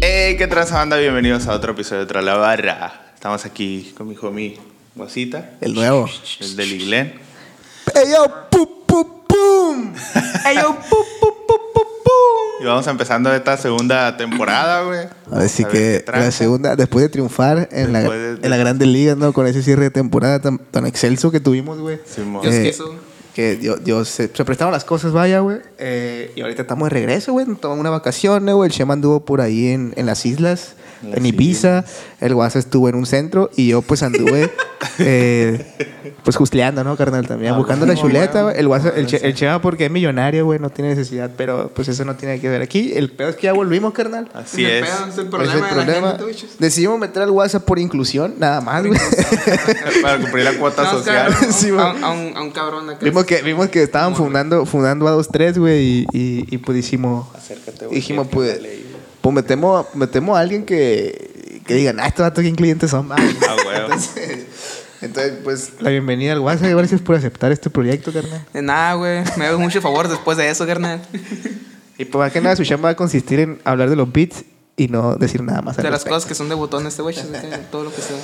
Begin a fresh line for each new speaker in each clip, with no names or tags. ¿qué transa banda? Bienvenidos a otro episodio de Tralabarra. Estamos aquí con mi homie Guasita,
El nuevo.
el del Iglen.
¡Ey, yo! ¡Pum, pum, pum! ¡Ey, yo! ¡Pum, pum, pum, pum, pum!
Y vamos empezando esta segunda temporada, güey. Vamos
Así
a ver qué
que
tranza.
la segunda, después de triunfar en, la,
Después de-
en la Grande Liga, ¿no? Con ese cierre de temporada tan, tan excelso que tuvimos, güey.
Simón.
Dios
Eh,
quiso.
Que Dios, Dios se, se prestaron las cosas, vaya, güey. Eh, y ahorita estamos de regreso, güey. Nos Tomamos una vacación, güey. El Shema anduvo por ahí en, en las islas,
Las
en Ibiza. El Guasa estuvo en un centro. Y yo, pues, anduve, eh, pues, justileando, ¿no, carnal? También
Ah,
buscando la
huevo,
chuleta,
huevo.
güey. El, Guasa- el, Che- el Shema porque es millonario, güey. No tiene necesidad. Pero, pues, eso no tiene que ver aquí. El peor es que ya volvimos, carnal.
Así
el
es.
pedo, es
Ese
el
es
problema
el
de la
problema.
gente, bichos.
Decidimos meter al WhatsApp por inclusión, nada más, güey.
Para cumplir la cuota
No,
social.
cabrón,
Sí,
a,
va.
un- a un, a un cabrón acá.
Vimos que, vimos que estaban fundando, fundando a dos, tres, güey, y, y, y pues hicimos,
Acércate, güey.
dijimos, pues,
Dale ahí, güey.
pues metemos, metemos a alguien que, que digan, ah, estos datos que clientes son más.
Ah, güey.
entonces, entonces, pues, la bienvenida al WhatsApp, gracias por aceptar este proyecto, carnal.
De nada, güey. Me hago mucho favor después de eso, carnal.
Y pues más que nada su chamba va a consistir en hablar de los beats y no decir nada más. al
De las
respecto.
cosas que son de botón este güey. Todo lo que sea.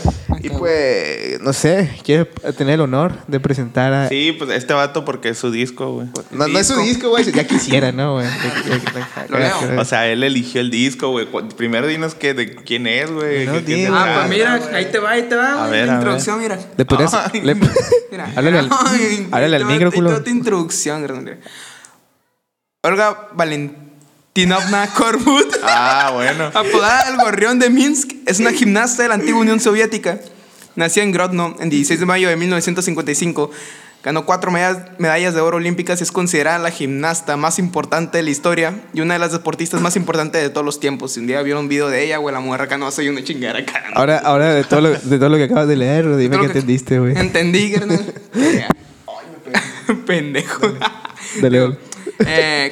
Y
Acá,
pues, no sé, quiero tener el honor de presentar a...
Sí, pues este vato porque es su disco, güey.
No, no es su
Disco.
disco, güey, ya quisiera, ¿no, güey? Ya- ya- ya-
Lo leo.
O sea, él eligió el disco, güey. Cu- Primero dinos que, de quién es, güey.
No
qué- qué
digas.
güey. Ah,
tranza.
pues mira, ahí te va, ahí te va,
A
güey.
ver,
La
a
introducción, mira.
Le podrías.
Ay.
le-
Mira.
háblale al,
Ay,
háblale al
ahí te va-
micro,
ahí te
culo.
va tu introducción, carnal. mira. Olga Valentinovna Korbut.
Ah, bueno.
Apodada el gorrión de Minsk, es una gimnasta de la antigua Unión Soviética. Nacida en Grodno en 16 de mayo de 1955. Ganó cuatro medallas, medallas de oro olímpicas y es considerada la gimnasta más importante de la historia y una de las deportistas más importantes de todos los tiempos. Si un día vieron un video de ella, güey, la mujer canosa y una chingada cara. ¿no?
Ahora, ahora de, todo lo, de todo lo que acabas de leer, dime
Todo
qué
lo que-
entendiste, güey.
Entendí, carnal. Ya. Pendejo.
Dale, güey.
Eh,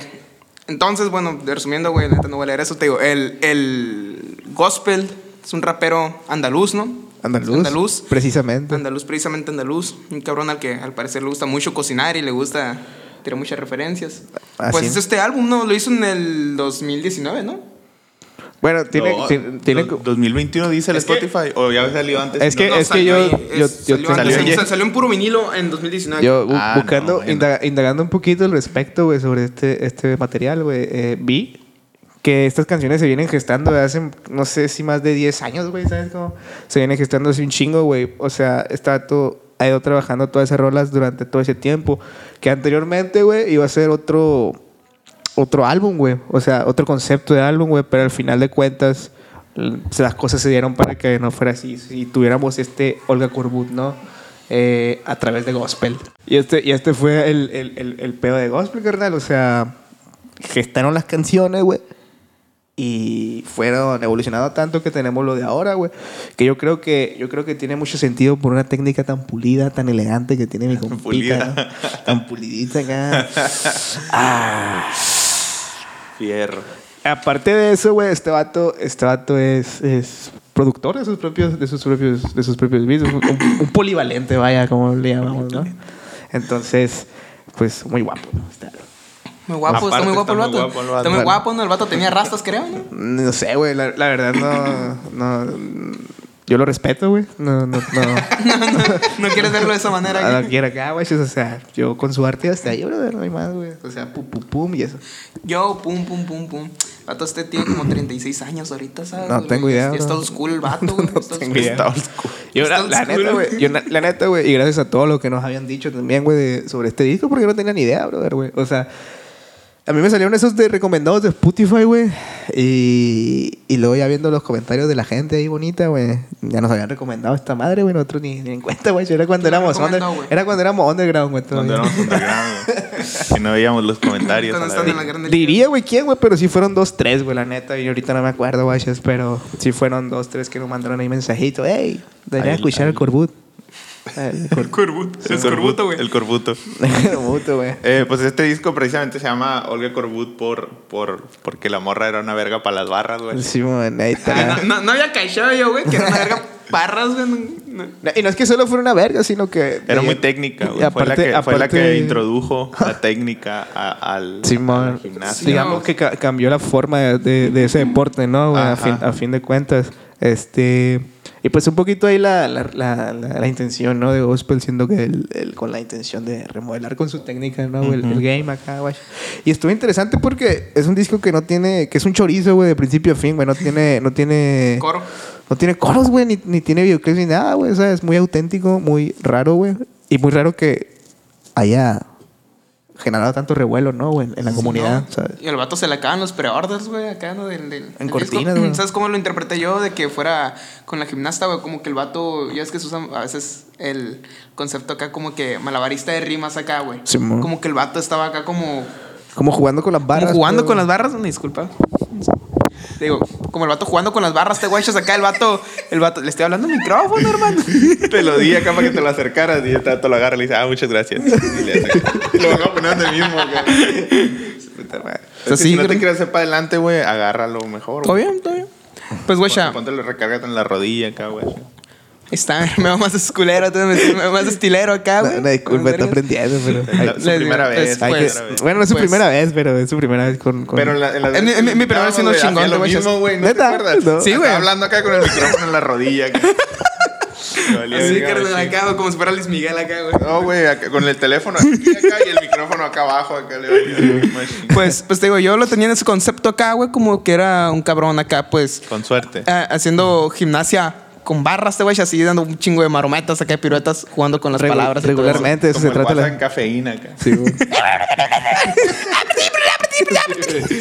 entonces, bueno, resumiendo, güey, la neta no voy a leer eso, te digo, el, el gospel es un rapero andaluz, ¿no?
Andaluz.
Andaluz.
Precisamente.
Andaluz, precisamente andaluz. Un cabrón al que al parecer le gusta mucho cocinar y le gusta tirar muchas referencias.
Así
Pues
es.
es este álbum, ¿no? Lo hizo en el 2019, ¿no?
Bueno, tiene.
No,
tiene, tiene-
do- 2021 dice el
Es que-
Spotify. O ya había salido antes.
es que,
No,
es que
salió
yo.
ahí,
yo,
es-
yo,
salió, antes,
salió
en-
ayer.
salió en puro vinilo en 2019.
yo bu-
Ah,
buscando,
no, bueno.
indaga- indagando un poquito al respecto, güey, sobre este, este material, güey, eh, vi que estas canciones se vienen gestando de hace, no sé si más de 10 años, güey, ¿sabes cómo? Se viene gestando así un chingo, güey. O sea, está todo, ha ido trabajando todas esas rolas durante todo ese tiempo. Que anteriormente, güey, iba a ser otro, otro álbum, güey. O sea, otro concepto de álbum, güey. Pero al final de cuentas, l- las cosas se dieron para que no fuera así. Si tuviéramos este Olga Korbut, ¿no? Eh, a través de gospel. Y este, y este fue el, el, el, el pedo de gospel, carnal. O sea, gestaron las canciones, güey. Y fueron evolucionando tanto que tenemos lo de ahora, güey. Que yo creo que yo creo que tiene mucho sentido por una técnica tan pulida, tan elegante que tiene mi compita.
pulida.
¿no? Tan pulidita acá. Ah.
Fierro.
Aparte de eso, güey, este vato, este vato es, es productor de sus propios, de sus propios, de sus propios beats. Un, un- un polivalente, vaya, como le llamamos, ¿no? Entonces, pues muy guapo. ¿no? Está-
Muy guapo, está
Aparte,
muy guapo el
está muy
vato.
guapo el vato.
Está muy guapo, ¿no? El vato tenía rastas, creo, ¿no?
No sé, güey, la, la verdad no, no. Yo lo respeto, güey. No, no, no.
No, no, no quieres verlo de esa manera.
A lo que era acá, güey. O sea, yo con su arte hasta ahí, brother, no hay más, güey. O sea, pum, pum, pum y eso.
Yo, pum, pum, pum, pum. Vato, este tiene como 36 años ahorita, ¿sabes?
No
güey?
tengo idea,
Y está
no.
old school el vato, güey.
No
Está old
tengo
school.
idea.
Está old school.
Yo, la,
Está
la
oscuro,
neta, güey.
güey.
yo na- la neta, güey. Y gracias a todo lo que nos habían dicho también, güey, de- sobre este disco, porque yo no tenía ni idea, brother, güey. O sea, a mí me salieron esos de recomendados de Spotify, güey. Y, y luego ya viendo los comentarios de la gente ahí bonita, güey. Ya nos habían recomendado esta madre, güey. Nosotros ni, ni en cuenta, güey. Era cuando
¿Quién lo
éramos under,
recomendó, güey?
Era cuando éramos underground, güey. todavía.
Cuando éramos underground, güey. Que no veíamos los comentarios.
Cuando
a la
están en
vez.
la grande liga.
Diría, güey, quién, güey, pero sí fueron dos, tres, güey, la neta. Y ahorita no me acuerdo, güey, pero sí fueron dos, tres que nos mandaron ahí mensajito. Ey, debería
Ahí-
escuchar el
ahí-
Corbut. El
El corbuto. El corbuto, güey.
El corbuto.
corbuto, güey.
Eh, pues este disco precisamente se llama Olga Corbut por, por, porque la morra era una verga para las barras, güey.
Simón, ahí
Ah,
está.
no, no, no había cachado yo, güey, que era una verga parras, güey. no- no.
No, Y no es que solo fuera una verga, sino que.
Era muy técnica, güey.
Y
fue, la que, fue la que
aparte-
introdujo la técnica a- al, al
Simón,
gimnasio.
digamos que ca- cambió la forma de, de- de ese deporte, ¿no? güey? A
Ajá.
fin, a fin de cuentas. Este, y pues un poquito ahí la, la, la, la- la intención, ¿no? De Gospel, siendo que el, el- con la intención de remodelar con su técnica, ¿no? güey? El, el game acá, güey. Y estuvo interesante porque es un disco que no tiene, que es un chorizo, güey, de principio a fin, güey. No tiene, no tiene...
Coro.
No tiene coros, güey, ni, ni tiene videoclips ni nada, güey. O sea, es muy auténtico, muy raro, güey. Y muy raro que haya generado tanto revuelo, ¿no, güey? En la comunidad,
No.
¿sabes?
Y al vato se le acaban los preorders, güey, acá, ¿no? Del, del- del
cortinas,
disco.
güey.
¿Sabes cómo lo interpreté yo? De que fuera con la gimnasta, güey, como que el vato, ya es que se usa a veces el concepto acá como que malabarista de rimas acá, güey.
Simón.
como que el vato estaba acá como,
Como jugando con las
como
barras.
jugando
pues,
con las
güey.
barras, me disculpa. Digo, como el vato jugando con las barras, te guachas acá, el vato, el vato, le estoy hablando al micrófono, hermano.
Te lo di acá para que te lo acercaras y el tato lo agarra y le dice, ah, muchas gracias. Y, le hace- y lo van a poner donde mismo, acá. Puta madre. Es que
sí,
si no te
creo-
quieres hacer para adelante, güey, agárralo mejor.
Todo
güey.
bien, todo bien. Pues, guacha,
Ponte lo recárgate en la rodilla acá, güey.
está, me veo más esculero, me veo más estilero acá, güey.
No, no, disculpa, está aprendiendo, pero.
La-
hay-
Su
Les-
primera vez.
pues,
su
hay que-
primera vez.
bueno, no es su
Pues-
primera vez, pero es su primera vez con. con-
Pero en la, en las
En mi-
veces
en mi-
que
mi primera
invitábamos,
vez sí nos
güey,
chingó,
hacía
te
lo
vayas.
mismo, güey. ¿No te
¿Neta?
acuerdas?
No.
Sí,
Sí,
güey.
güey.
hablando acá con el micrófono en la rodilla. acá. Me valía
Así
verga,
carnal
güey, sí.
acá, güey, como si fuera Luis Miguel acá, güey.
No, güey, acá- con el teléfono aquí acá y el micrófono acá abajo. Acá le valía verga, machín.
Pues, pues te digo, yo lo tenía en ese concepto acá, güey, como que era un cabrón acá, pues,
Con suerte.
ah, haciendo gimnasia con barras, te güey, así dando un chingo de marometas acá, piruetas, jugando con las
Regu-
palabras. y todo eso.
regularmente, de eso
Como
se
el
trata.
WhatsApp
La...
en cafeína acá.
Sí, güey.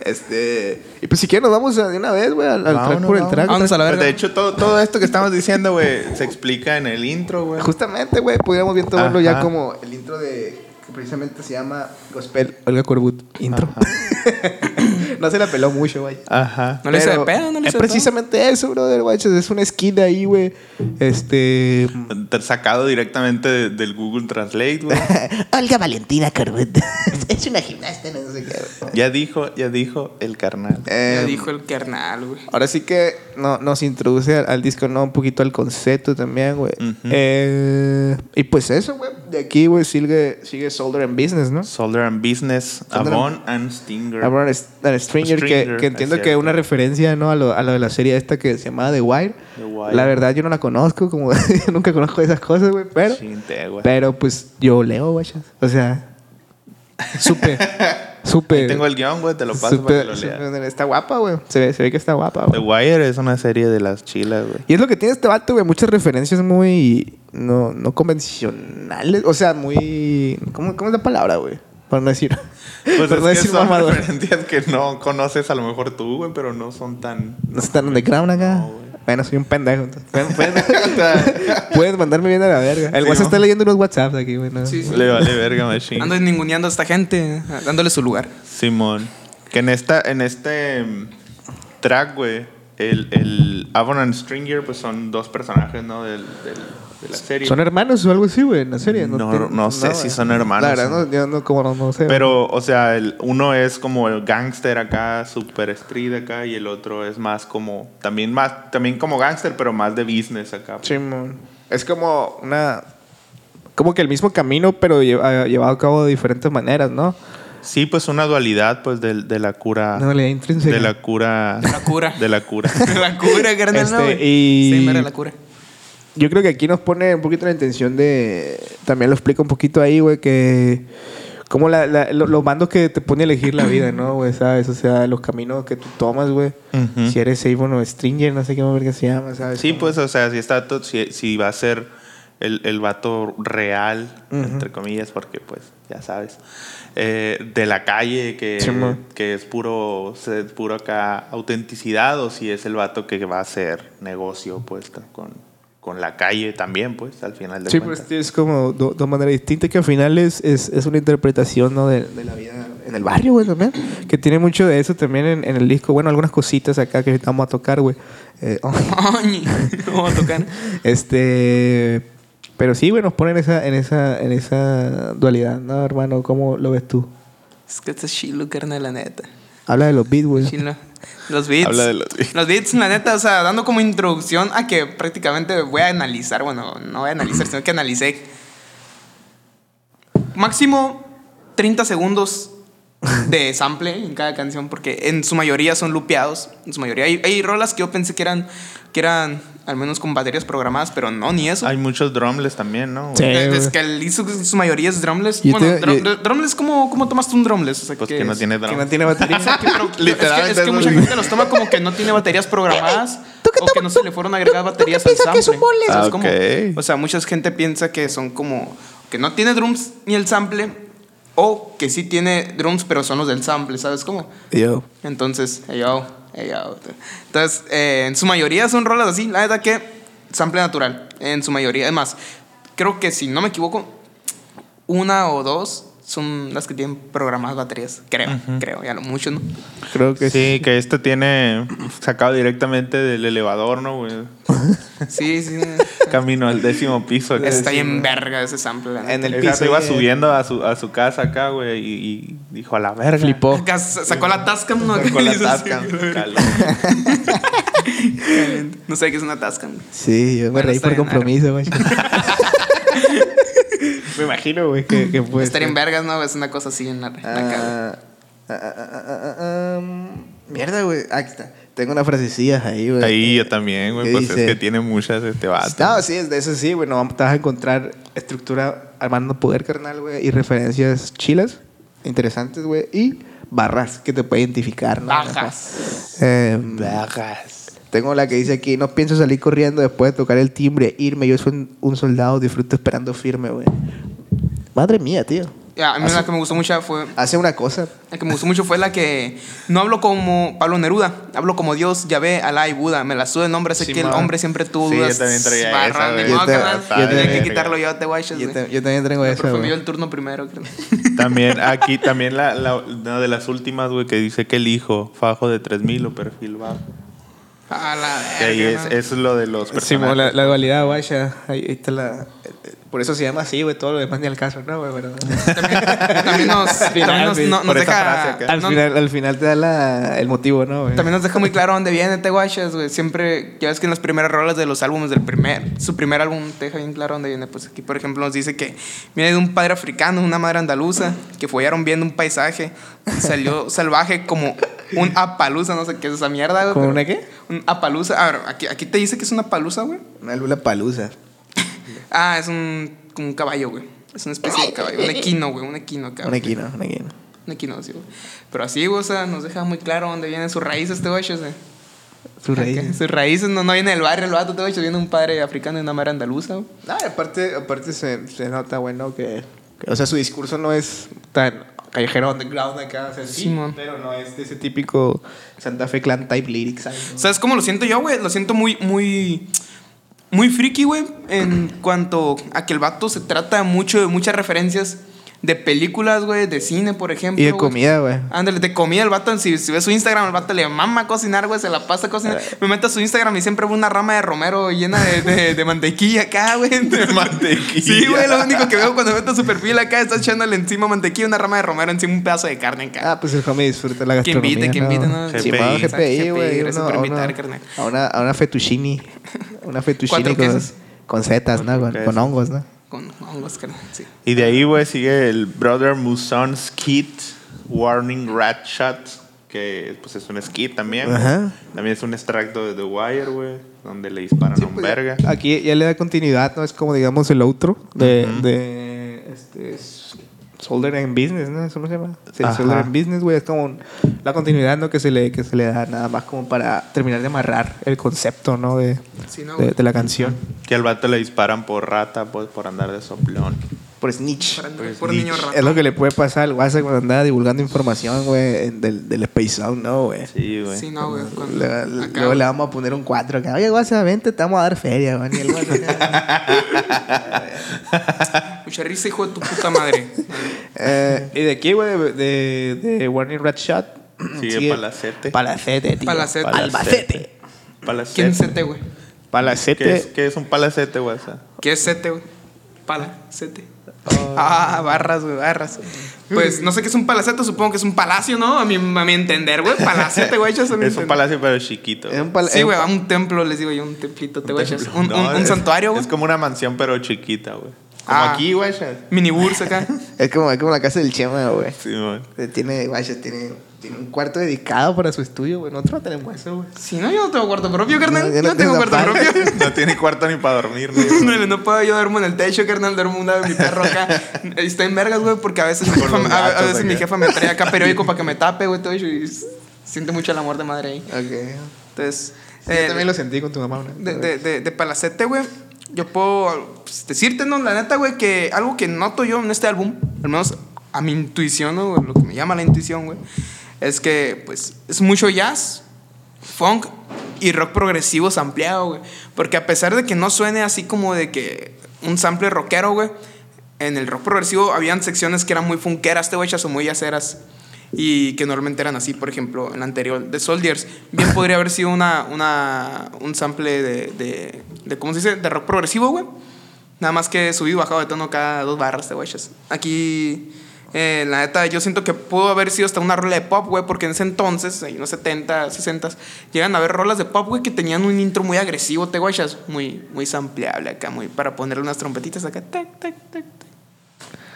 Este.
Y pues si quieres, nos vamos a- de una vez, güey, al, al track
Vámonos,
por el
vámonos.
track.
Vámonos a la verga.
De hecho, todo, todo esto que estamos diciendo, güey, se explica en el intro, güey.
Pues, Justamente, güey, podríamos bien tomarlo ya
Ajá.
como el intro de. que precisamente se llama Gospel Olga Corbut. Intro. no se la peló mucho, güey.
Ajá.
No le hice de
Pero
pedo,
Es
no le hice de pedo.
precisamente eso, brother, güey. Es una esquina ahí, güey. Este.
Mm,
Sacado directamente de- del Google Translate, güey.
Olga Valentina Corbett. es una gimnasta, no sé qué.
Ya dijo, ya dijo el carnal.
Ya
em,
dijo el carnal, güey.
Ahora sí que no, nos introduce al, al disco, ¿no? Un poquito al concepto también, güey.
Ujú.
Eh, y pues eso, güey. De aquí, güey, sigue, sigue Soldier and Business, ¿no?
Solder and Business,
Solder
Avon and Stinger.
Aaron Stringer, Stringer que,
Stringer,
que entiendo
es
que es
cierto.
una referencia ¿no? a, lo, a lo de la serie esta que se llamaba The Wire.
The Wire.
La verdad yo no la conozco, como yo nunca conozco esas cosas, güey, pero,
Chinte, güey.
pero pues yo leo, güey. O sea, supe, supe.
Ahí Tengo el guión, güey, te lo paso
supe-
para que lo
supe-
leas.
está guapa, güey. Se ve, se ve que está guapa,
The
güey.
Wire es una serie de las chilas, güey.
Y es lo que tiene este vato, güey. Muchas referencias muy no, no convencionales. O sea, muy... ¿Cómo, cómo es la palabra, güey? Para no decir...
Pues
para no
es que
decir
son
mamador.
referencias que no conoces a lo mejor tú, güey, pero no son tan...
¿No están underground acá?
No, güey. pues,
bueno, soy un pendejo. entonces. Pueden, pueden- pueden mandarme bien a la verga. El
Sí,
WhatsApp
¿no?
está leyendo unos WhatsApps aquí, güey. ¿no?
Sí, sí.
Le vale verga, machine.
Ando ninguneando a esta gente, dándole su lugar.
Simón. Que en esta, en este mm, track, güey, el, el Avon and Stringer, pues son dos personajes, ¿no? Del, del- de la serie.
¿Son hermanos o algo así, güey? En la serie.
No,
tiene-
no sé si
güey.
son hermanos,
La verdad,
¿no?
no, yo no, como no, no sé.
Pero, o sea, el, uno es como el gángster acá, super street acá, y el otro es más como, también más, también como gángster, pero más de business acá.
Sí, mon. Es como una... Como que el mismo camino, pero lle- ah, llevado a cabo de diferentes maneras, ¿no?
Sí, pues una dualidad, pues, de, de la cura.
No, la intrínseca.
de la cura.
La cura.
De la cura.
la cura, carnal,
Este,
no, güey.
y-
Sí, mera la cura.
Yo creo que aquí nos pone un poquito la intención de. También lo explica un poquito ahí, güey, que. Como la- la- lo- los mandos que te pone a elegir la vida, ¿no, güey? ¿Sabes? O sea, los caminos que tú tomas, güey.
Ujú.
Si eres Avon o Stringer, no sé qué verga se llama, ¿sabes?
Sí,
Como-
pues, o sea, si está to- si, si va a ser el, el vato real, entre comillas, porque pues, ya sabes, eh, de la calle, que,
Sí, mo.
que es puro, se- puro acá autenticidad, o si es el vato que va a hacer negocio, pues, con, con la calle también, pues, al final de
Sí,
cuentas.
pues es como do- dos maneras distintas que al final es, es, es una interpretación ¿no? de, de la vida en el barrio, güey, también. Que tiene mucho de eso también en, en el disco. Bueno, algunas cositas acá que ahorita vamos a tocar, güey. Eh,
Oñi, vamos a tocar.
Este. Pero sí, güey, nos ponen esa, en, esa, en esa dualidad, ¿no, hermano? ¿Cómo lo ves tú?
Es que este es chilo, carnal, la neta.
Habla de los beats, güey.
Chilo. Los beats.
Habla de los beats.
Los beats, la neta, o sea, dando como introducción a que prácticamente voy a analizar, bueno, no voy a analizar, sino que analicé. Máximo 30 segundos de sample en cada canción, porque en su mayoría son lupeados. En su mayoría. Hay, hay rolas que yo pensé que eran, que eran al menos con baterías programadas, pero no, ni eso.
Hay muchos drumless también, ¿no?
Sí.
Eh,
güey.
Es que el, su, su mayoría es drumless.
Yo
bueno,
te-
drum-
yo-
drumless, ¿cómo, ¿cómo tomas tú un drumless? O sea,
Pues
¿qué
que no
es?
tiene
Que no
drum.
tiene batería.
Pero
Literalmente
es que, es que
es
mucha
muy-
gente los toma como que no tiene baterías programadas o que no se le fueron agregadas baterías al
piensas
sample.
que es un
boleto?
O sea, es
Ah,
como-
ok.
o sea, mucha gente piensa que son como que no tiene drums ni el sample o que sí tiene drums pero son los del sample, ¿sabes cómo?
Yo.
Entonces, hey, yo, hey, yo. Entonces, eh, en su mayoría son rolas así, la verdad que sample natural, en su mayoría. Además, creo que si no me equivoco, una o dos son las que tienen programadas baterías, creo, creo, ya lo mucho, ¿no?
Creo que sí.
Sí, que este tiene sacado directamente del elevador, ¿no, güey?
Sí, sí.
Camino al décimo piso. acá.
Está bien verga ese sample. la neta.
En el
El
piso.
gato iba
eh,
subiendo a su, a su casa acá, güey, y, y dijo a la verga.
Flipó.
Acá sa- Sacó la Tascam, ¿no?
Con la
Le hizo así,
tasca. Caló.
No sé qué es una Tascam.
Sí, yo me
Bueno,
reí
está
por
bien,
compromiso, güey. me imagino, güey, que, que puede
Estar en
ser.
vergas, ¿no? Es una cosa así en la, en la cara.
Ah, ah, ah, ah, ah, um, Mierda, güey. Aquí está. Tengo una frasecilla ahí, güey.
Ahí yo también, güey,
¿Qué
pues
dice?
es que tiene muchas este vato.
No, sí, es de eso sí, güey. No vamos- te vas a encontrar estructura armando poder carnal, güey. Y referencias chilas, interesantes, güey. Y barras que te puede identificar, ¿no?
Bajas.
Eh, Tengo la que dice aquí, no pienso salir corriendo después de tocar el timbre, irme. Yo soy un, un soldado, disfruto esperando firme, güey. Madre mía, tío.
Ya, a mí la que me gustó mucho fue
Hace una cosa.
La que me gustó mucho fue la que no hablo como Pablo Neruda, hablo como Dios, Yahvé, Alá y Buda. Me la sube el nombre, sé
Sí,
que el
man.
hombre siempre tuvo
Sí, yo
dudas.
también traía
barras,
esa,
ni
güey.
modo,
Yo te-
carnal.
yo te-
Tenía que
verga.
quitarlo yo, te guayas,
Yo,
güey.
ta- yo también tengo
Me
eso.
promedió
güey.
el turno primero, creo.
También aquí, también la, la- una de las últimas, güey, que dice que el hijo, fajo de 3000 o perfil bajo.
A la
Que ahí
verga,
es,
no.
eso es lo de los
Sí,
personajes.
mo, la, la dualidad, güey, ya. Ahí, ahí está la... Por eso se llama así, güey. Todo lo demás ni al caso, ¿no, güey? Pero-
También, también nos,
Final,
también nos,
sí.
no- nos
Por esa frase
deja.
acá.
Al,
no-
final, al final te da la- el motivo, ¿no? güey?
También nos deja muy claro dónde viene Te Guayas, güey. Siempre, ya ves que en las primeras rolas de los álbumes del primer, su primer álbum te deja bien claro dónde viene. Pues aquí, por ejemplo, nos dice que viene de un padre africano, una madre andaluza, que follaron viendo un paisaje, y salió salvaje como un apalusa, no sé qué es esa mierda, güey.
¿Como
pero-
una qué?
Un apalusa. A ver, aquí, aquí te dice que es una palusa, güey.
Una lula palusa.
Ah, es un, como un caballo, güey. Es una especie de caballo, un equino, güey, un equino, cabrón.
Un e- equino, un equino.
Un equino, sí, güey. Pero así, güey, o sea, nos deja muy claro dónde vienen sus raíces, te guayas, güey.
Sus
Acá,
raíces.
Sus raíces no, no viene del barrio, el vato te hecho viene un padre africano y una madre andaluza. güey.
No, y aparte, aparte se, se nota, bueno, que, que, O sea, su discurso no es tan callejero underground acá. O sea, sí,
Simón.
pero no es de ese típico Santa Fe Clan type lyrics, ¿sabes?
¿Sabes cómo lo siento yo, güey? Lo siento muy, muy. Muy friki, güey. En cuanto a que el vato se trata mucho de muchas referencias de películas, güey, de cine, por ejemplo.
Y de
güey.
comida, güey.
Ándale, de comida el vato. Si, si ves su Instagram, el vato le mama cocinar, güey, se la pasa cocinando. Me meto a su Instagram y siempre veo una rama de romero llena de, de- de mantequilla acá, güey. De
mantequilla.
Sí, güey, lo único que veo cuando meto su perfil acá está echándole encima mantequilla, una rama de romero, encima un pedazo de carne acá.
Ah, pues el homie disfruta la
Que
gastronomía.
invite, que invite, ¿no?
Sí,
GPI.
va, GPI,
GPI,
güey.
gracias
uno-
por
a uno-
invitar, carnal.
A una, a una fettuccini. Una fettuccini
Cuatro
con,
quesos.
con setas, ¿no? Con,
quesos.
con hongos, ¿no?
Con hongos, carnal, sí.
Y de ahí, güey, sigue el Brother Muson Skit Warning Rat Shot, que pues es un skit también. güey.
Ajá.
También es un extracto de The Wire, güey, donde le disparan a un verga.
Aquí pues, ya le da continuidad, ¿no? Es como, digamos, el outro de, de este, s- Soldier in Business, ¿no? ¿Cómo se llama? Sí,
Ajá.
Soldier in Business, güey. Es como un- la continuidad, ¿no? Que se, le, que se le da nada más como para terminar de amarrar el concepto, ¿no? De,
Sí, ¿no,
de,
güey?
de la canción.
Que al vato le disparan por rata, pues por andar de soplón.
Por snitch.
Para-
Pues,
por
ni-
niño raro.
Es lo que le puede pasar al WhatsApp cuando andaba divulgando información, güey, en- del, del Space Sound, ¿no, güey?
Sí, güey.
Sí, no, güey. cuando-
Le-
acá,
le- luego
güey.
le vamos a poner un 4 acá. Oye, WhatsApp, vente, te vamos a dar feria, güey. Y el WhatsApp,
Mucha risa, hijo de tu puta madre.
eh, y de aquí, güey, de, de, de Warning Red Shot.
Sigue Palacete.
Palacete, tío.
Palacete.
Albacete.
Palacete.
¿Quién es Sete, güey?
¿Qué es,
Palacete.
qué es un palacete, güey? O sea,
¿Qué es Sete, güey? Palacete. Ah, barras, güey, barras. Pues no sé qué es un palacete, supongo que es un palacio, ¿no? A mi, a mi entender, güey. Palacete, güey. Es
Es un palacio, pero chiquito.
Es
güey.
un pal-
Sí,
es-
güey, a un templo, les digo yo, un templito, te güey.
templo.
Un, un,
No,
un
es-
santuario, güey.
Es como una mansión, pero chiquita, güey. Como
Ah.
aquí, güey.
Miniburs acá.
Es como, es como la casa del Chema, güey. Eh,
Sí, güey.
Tiene, guacha, tiene, tiene un cuarto dedicado para su estudio, güey. Nosotros no tenemos eso, güey.
Si no, yo no tengo cuarto propio,
No,
carnal. yo
yo
no,
no
tengo
tengo
cuarto
zapatos.
propio.
No tiene cuarto ni para dormir, ¿no?
No, no puedo, yo duermo en el techo, carnal, duermo un lado de mi perro acá. Está en vergas, güey, porque a veces, mi
Con
jefa,
los
a, a
gatos
veces mi
acá.
jefa me trae acá periódico para que me tape, güey, todo eso, y s- siente mucho el amor de madre ahí.
Ok.
Entonces,
Sí,
eh,
yo también lo sentí con tu mamá. ¿no?
de, de, de, de palacete, güey, yo puedo pues, decirte, no, la neta, güey, que algo que noto yo en este álbum, al menos a mi intuición, ¿no? lo que me llama la intuición, güey, es que, pues, es mucho jazz, funk y rock progresivo sampleado, güey. Porque a pesar de que no suene así como de que un sample rockero, güey, en el rock progresivo habían secciones que eran muy funkeras, te guachas o muy aceras. Y que normalmente eran así, por ejemplo, en la anterior, de Soldiers. Bien podría haber sido una, una, un sample de, de, de, ¿cómo se dice? De rock progresivo, güey. Nada más que subí y bajado de tono cada dos barras, te guachas. Aquí, eh, la neta, yo siento que pudo haber sido hasta una rola de pop, güey, porque en ese entonces, en los 70, 60, llegan a haber rolas de pop, güey, que tenían un intro muy agresivo, te guachas. Muy, muy sampleable acá, muy, para ponerle unas trompetitas acá, tac, tac, tac, tac.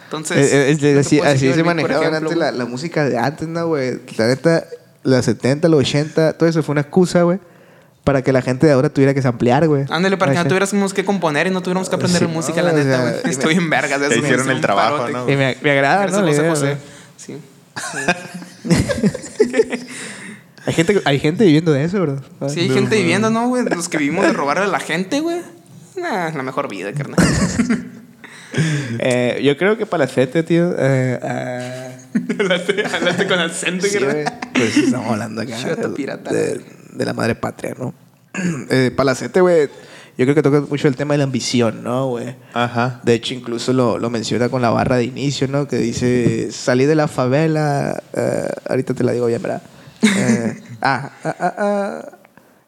Entonces.
Eh, eh, es de-
no te
así
puedo decir
así
yo de
se
mí, por
manejaba
ejemplo,
antes
güey.
la, la música de antes, ¿no, güey? La neta, los 70, los 80, todo eso fue una excusa, güey, para que la gente de ahora tuviera que samplear, güey.
Ándale, para que no
Neta.
tuviéramos que componer y no tuviéramos que aprender
Sí,
música,
no,
la
o
neta,
sea,
güey.
dime.
Estoy en vergas. de
Te
eso, me
hicieron
hice
el
un
trabajo,
parote.
¿no?
Y me, me agrada,
Gracias,
¿no? La
José
idea,
José.
güey.
Sí.
Hay gente, hay gente viviendo de eso, bro.
Sí, hay gente viviendo, ¿no, güey? Los que vivimos de robarle a la gente, güey. Nah, es la mejor vida, carnal.
Eh, yo creo que para la gente, tío. eh, ah,
hablaste, hablaste con acento,
sí, güey.
carnal.
Pues estamos hablando acá.
Chota pirata.
De, de la madre patria, ¿no? eh, Palacete, güey, yo creo que toca mucho el tema de la ambición, ¿no, güey?
Ajá.
De hecho, incluso lo, lo menciona con la barra de inicio, ¿no? Que dice, salí de la favela, eh, ahorita te la digo bien, ¿verdad? Eh, ah, ah, ah, ah.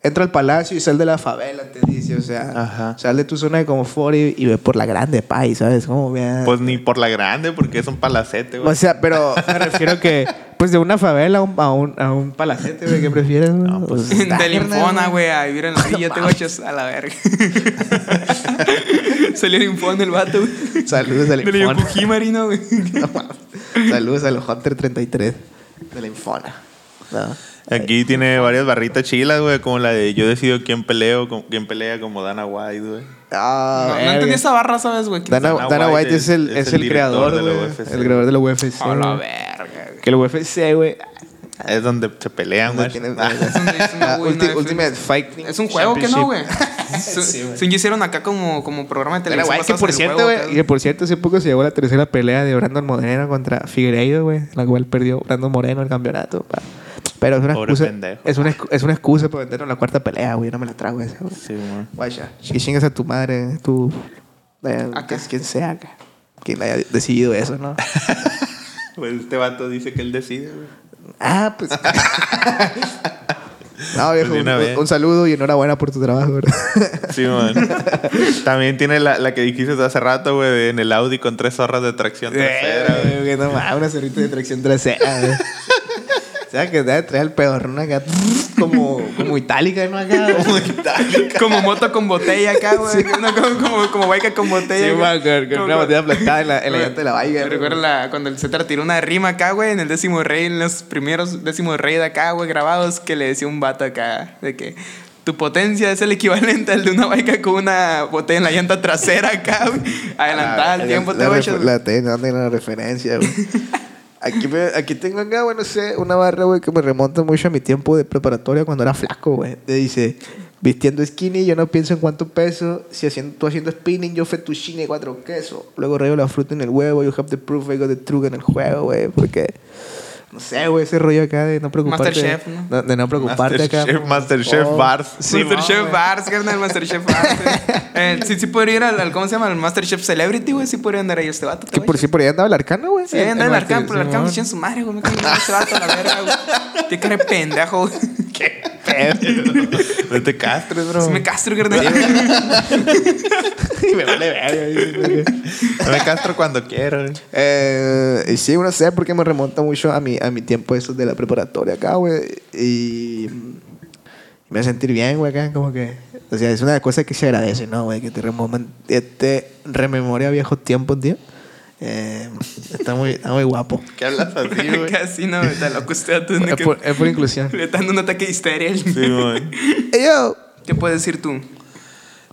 entra al palacio y sal de la favela, te dice, o sea,
Ajá.
sal de tu zona de confort y, y ve por la grande, pay, ¿sabes? Como, vea.
Pues ni por la grande, porque es un palacete, güey.
o sea, pero me refiero que, pues de una favela a un, a un, a un palacete, güey, ¿qué prefieres? güey?
No, pues,
O sea, está
De linfona,
carnal,
güey, a vivir en la villa, te guachas a la verga. Salió linfona el vato, güey.
Saludos al
De
Infona.
Yokujimarino, güey.
No mames. Saludos al Hunter 33 de la Infona. No.
Aquí tiene varias barritas chilas, güey, como la de yo decido quién peleo, con- quién pelea como Dana White, güey.
Ah,
No, no
verga.
entendí esa barra, ¿sabes, güey?
Dana,
Dana
Dana
White
White, es el, es el,
director
creador,
de la
güey,
UFC.
el creador de la UFC.
A la
güey.
verga, güey.
que la UFC, güey.
Es donde se pelean,
no
güey.
tiene-
Ah,
es una
Ah,
buena
ulti-
UFC.
Ultimate Fighting.
Es un juego que no, güey. Se
Sí, güey.
se hicieron acá como, como programa de
Dana
televisión.
White, que
basados
por
en el
cierto,
juego,
güey.
acá.
Que por cierto, hace poco se llevó la tercera pelea de Brandon Moreno contra Figueiredo, güey. La cual perdió Brandon Moreno el campeonato. pa. Pero es una
Pobre
excusa.
pendejo.
Es una, excu- es una excusa para vendernos la cuarta pelea, güey. Yo No me la trago esa, güey.
sí, güey.
Vaya, que chingas a tu madre, tú. eh, que-
Acá.
Quien sea, acá. Quien haya decidido eso, ¿no?
Pues este vato dice que él decide, güey.
Ah, pues. no, viejo,
Pues de
un,
una vez.
un saludo y enhorabuena por tu trabajo, bro.
Sí, man. También tiene la, la que dijiste hace rato, güey, de en el Audi con tres zorras de tracción trasera, güey.
Que no mames, una cerrita de tracción trasera, güey. O sea, que te va a traer el pedorrón acá, como, como itálica, ¿no? Acá, como itálica.
Como moto con botella acá, güey. No, como, como, como baica con botella.
Sí,
güey.
man, con- con
Como-
una botella aplastada en la- en la llanta de la baica,
Me
güey.
recuerda la- cuando el Cetra tiró una rima acá, güey, en el décimo rey, en los primeros décimos rey de acá, güey, grabados, que le decía un vato acá, de que tu potencia es el equivalente al de una baica con una botella en la llanta trasera acá, güey. Adelantada al tiempo, te
la,
guachas,
refer-
güey.
la, ten- no tengo la referencia, güey. Aquí, me- aquí tengo acá, güey, no sé, una barra, güey, que me remonta mucho a mi tiempo de preparatoria cuando era flaco, güey. Te dice, vistiendo skinny, yo no pienso en cuánto peso. Si haciendo, tú haciendo spinning, yo fettuccine y cuatro quesos. Luego rayo la fruta en el huevo, you have the proof, I got the truth en el juego, güey. Porque, no sé, güey, ese rollo acá de no preocuparte.
Masterchef, ¿no?
De no preocuparte
Masterchef,
acá. Oh.
Masterchef bars.
Sí,
Masterchef
no,
Bars, carnal, Masterchef Bars. güey. Eh, sí, sí podría ir al, al- ¿cómo se llama? Al Masterchef Celebrity, güey. Sí podría andar ahí este vato.
Que por
si
si por ahí andaba el arcano, güey.
Sí, anda el arcán,
Master-
pero el arcán
Simón.
me echa en su madre, güey. Me cae en ese vato a la verga, güey. Tiene cara de pendejo, güey.
No te castres, bro.
Se me castro, carnal.
y me vale verga.
No me castro cuando quiero. güey.
Eh, y sí, no sé, porque me remonta mucho a mi, a mi tiempo eso de la preparatoria acá, güey. Y mm, me hace sentir bien, güey, acá, como que... O sea, es una cosa que se agradece, ¿no, güey? Que te, remoman- eh, te rememore a viejos tiempos, tío. Eh, está, muy, está muy guapo.
¿Qué hablas así, güey?
Casi no, está loco usted. antes de
Es
que-
Eh, por, es por inclusión.
Le está dando un ataque de histeria.
Sí, güey.
Ey, yo.
¿Qué puedes decir tú?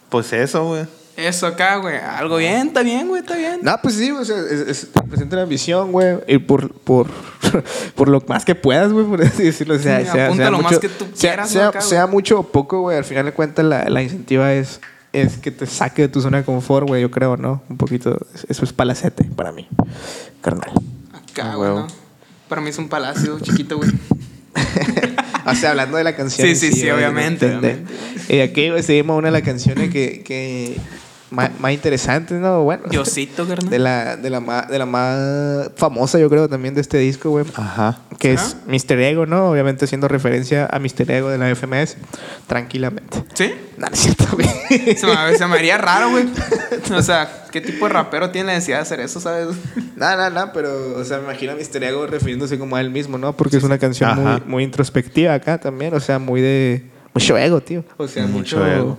Pues eso, güey.
Eso acá, güey. Algo bien, está bien, güey, está bien.
No, pues sí, o sea, es- es-
Presenta la ambición, güey. Y por, por, por lo más que puedas, güey, por así decirlo. O sea,
Sí,
sea,
apunta
sea
lo
mucho,
más que tú
sea-
quieras,
sea-
¿no, acá,
sea mucho o poco, güey. Al final de cuentas, la, la incentiva es, es que te saque de tu zona de confort, güey. Yo creo, ¿no? Un poquito. Eso es palacete para mí, carnal.
Acá,
Ah,
güey.
huevo.
¿no? Para mí es un palacio chiquito, güey.
o sea, hablando de la canción.
Sí,
en
sí, sí,
güey,
obviamente,
¿entendés?
Y eh, aquí, güey, seguimos a una de las canciones que, que más, más interesantes, ¿no? Bueno.
Diosito,
De
carnal.
la, de, la más, de la más famosa, yo creo, también de este disco, güey.
Ajá.
Que es Mr. Ego, ¿no? Obviamente haciendo referencia a Mr. Ego de la FMS. Tranquilamente.
¿Sí?
No, no es cierto, güey.
Se me, se me haría raro, güey. O sea, ¿qué tipo de rapero tiene la necesidad de hacer eso, sabes?
No, no, no, pero, o sea, me imagino a Mr. Ego refiriéndose como a él mismo, ¿no? Porque es una canción
Ajá.
muy, muy introspectiva acá también, o sea, muy de. Mucho ego, tío. O sea, mucho.
Mucho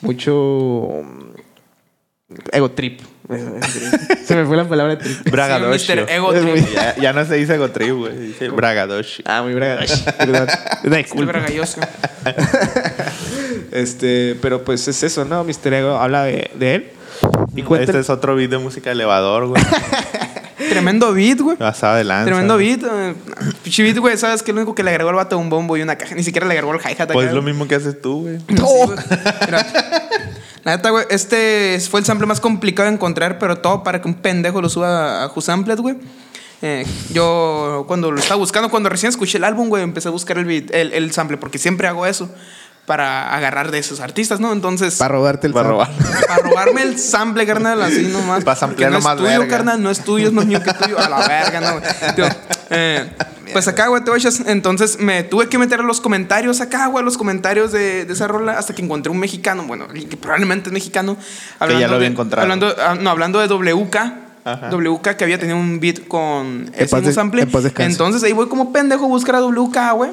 Mucho.
ego.
mm, ego trip. Se me fue la palabra trip.
Bragadocio.
Mr. Ego
Es muy-
Trip.
Ya, ya no se dice Gotrip, güey. se Dice Bragadocio.
Ah, muy bragadocio. Perdón. Una
Este
disculpa.
bragalloso.
Este, pero pues es eso, ¿no? Mr. Ego habla de, de él. Y cuenta.
Este es otro beat de música elevador, güey.
Tremendo beat, güey.
Pasado de lanza.
Tremendo beat. eh, Pinche beat, güey. ¿Sabes qué? Lo único que le agregó el vato un bombo y una caja. Ni siquiera le agregó el hi-hat. acá,
Pues lo
güey.
mismo que haces tú, güey.
Sí, güey. Mira, La neta, güey, este fue el sample más complicado de encontrar, pero todo para que un pendejo lo suba a Jusamplet, güey. Eh, yo cuando lo estaba buscando, cuando recién escuché el álbum, güey, empecé a buscar el, beat- el, el sample, porque siempre hago eso, para agarrar de esos artistas, ¿no? Entonces,
Para robarte el
Para
sample.
robar.
para robarme el sample, carnal, así nomás.
Para samplear
Porque no
nomás
es tuyo,
verga.
carnal, no es tuyo, es más mío que tuyo. A la verga, no, güey. Tío, eh, pues acá, güey, te voy a echar- Entonces me tuve que meter a los comentarios acá, güey, a los comentarios de, de esa rola, hasta que encontré un mexicano, bueno, que probablemente es mexicano. hablando
ya lo había
de-
encontrado.
Hablando, ah, no, hablando de WK.
Ajá.
WK que había tenido un beat con ese
paz
mismo
des-
sample.
en paz descanse.
Entonces ahí voy como pendejo a buscar a WK, güey.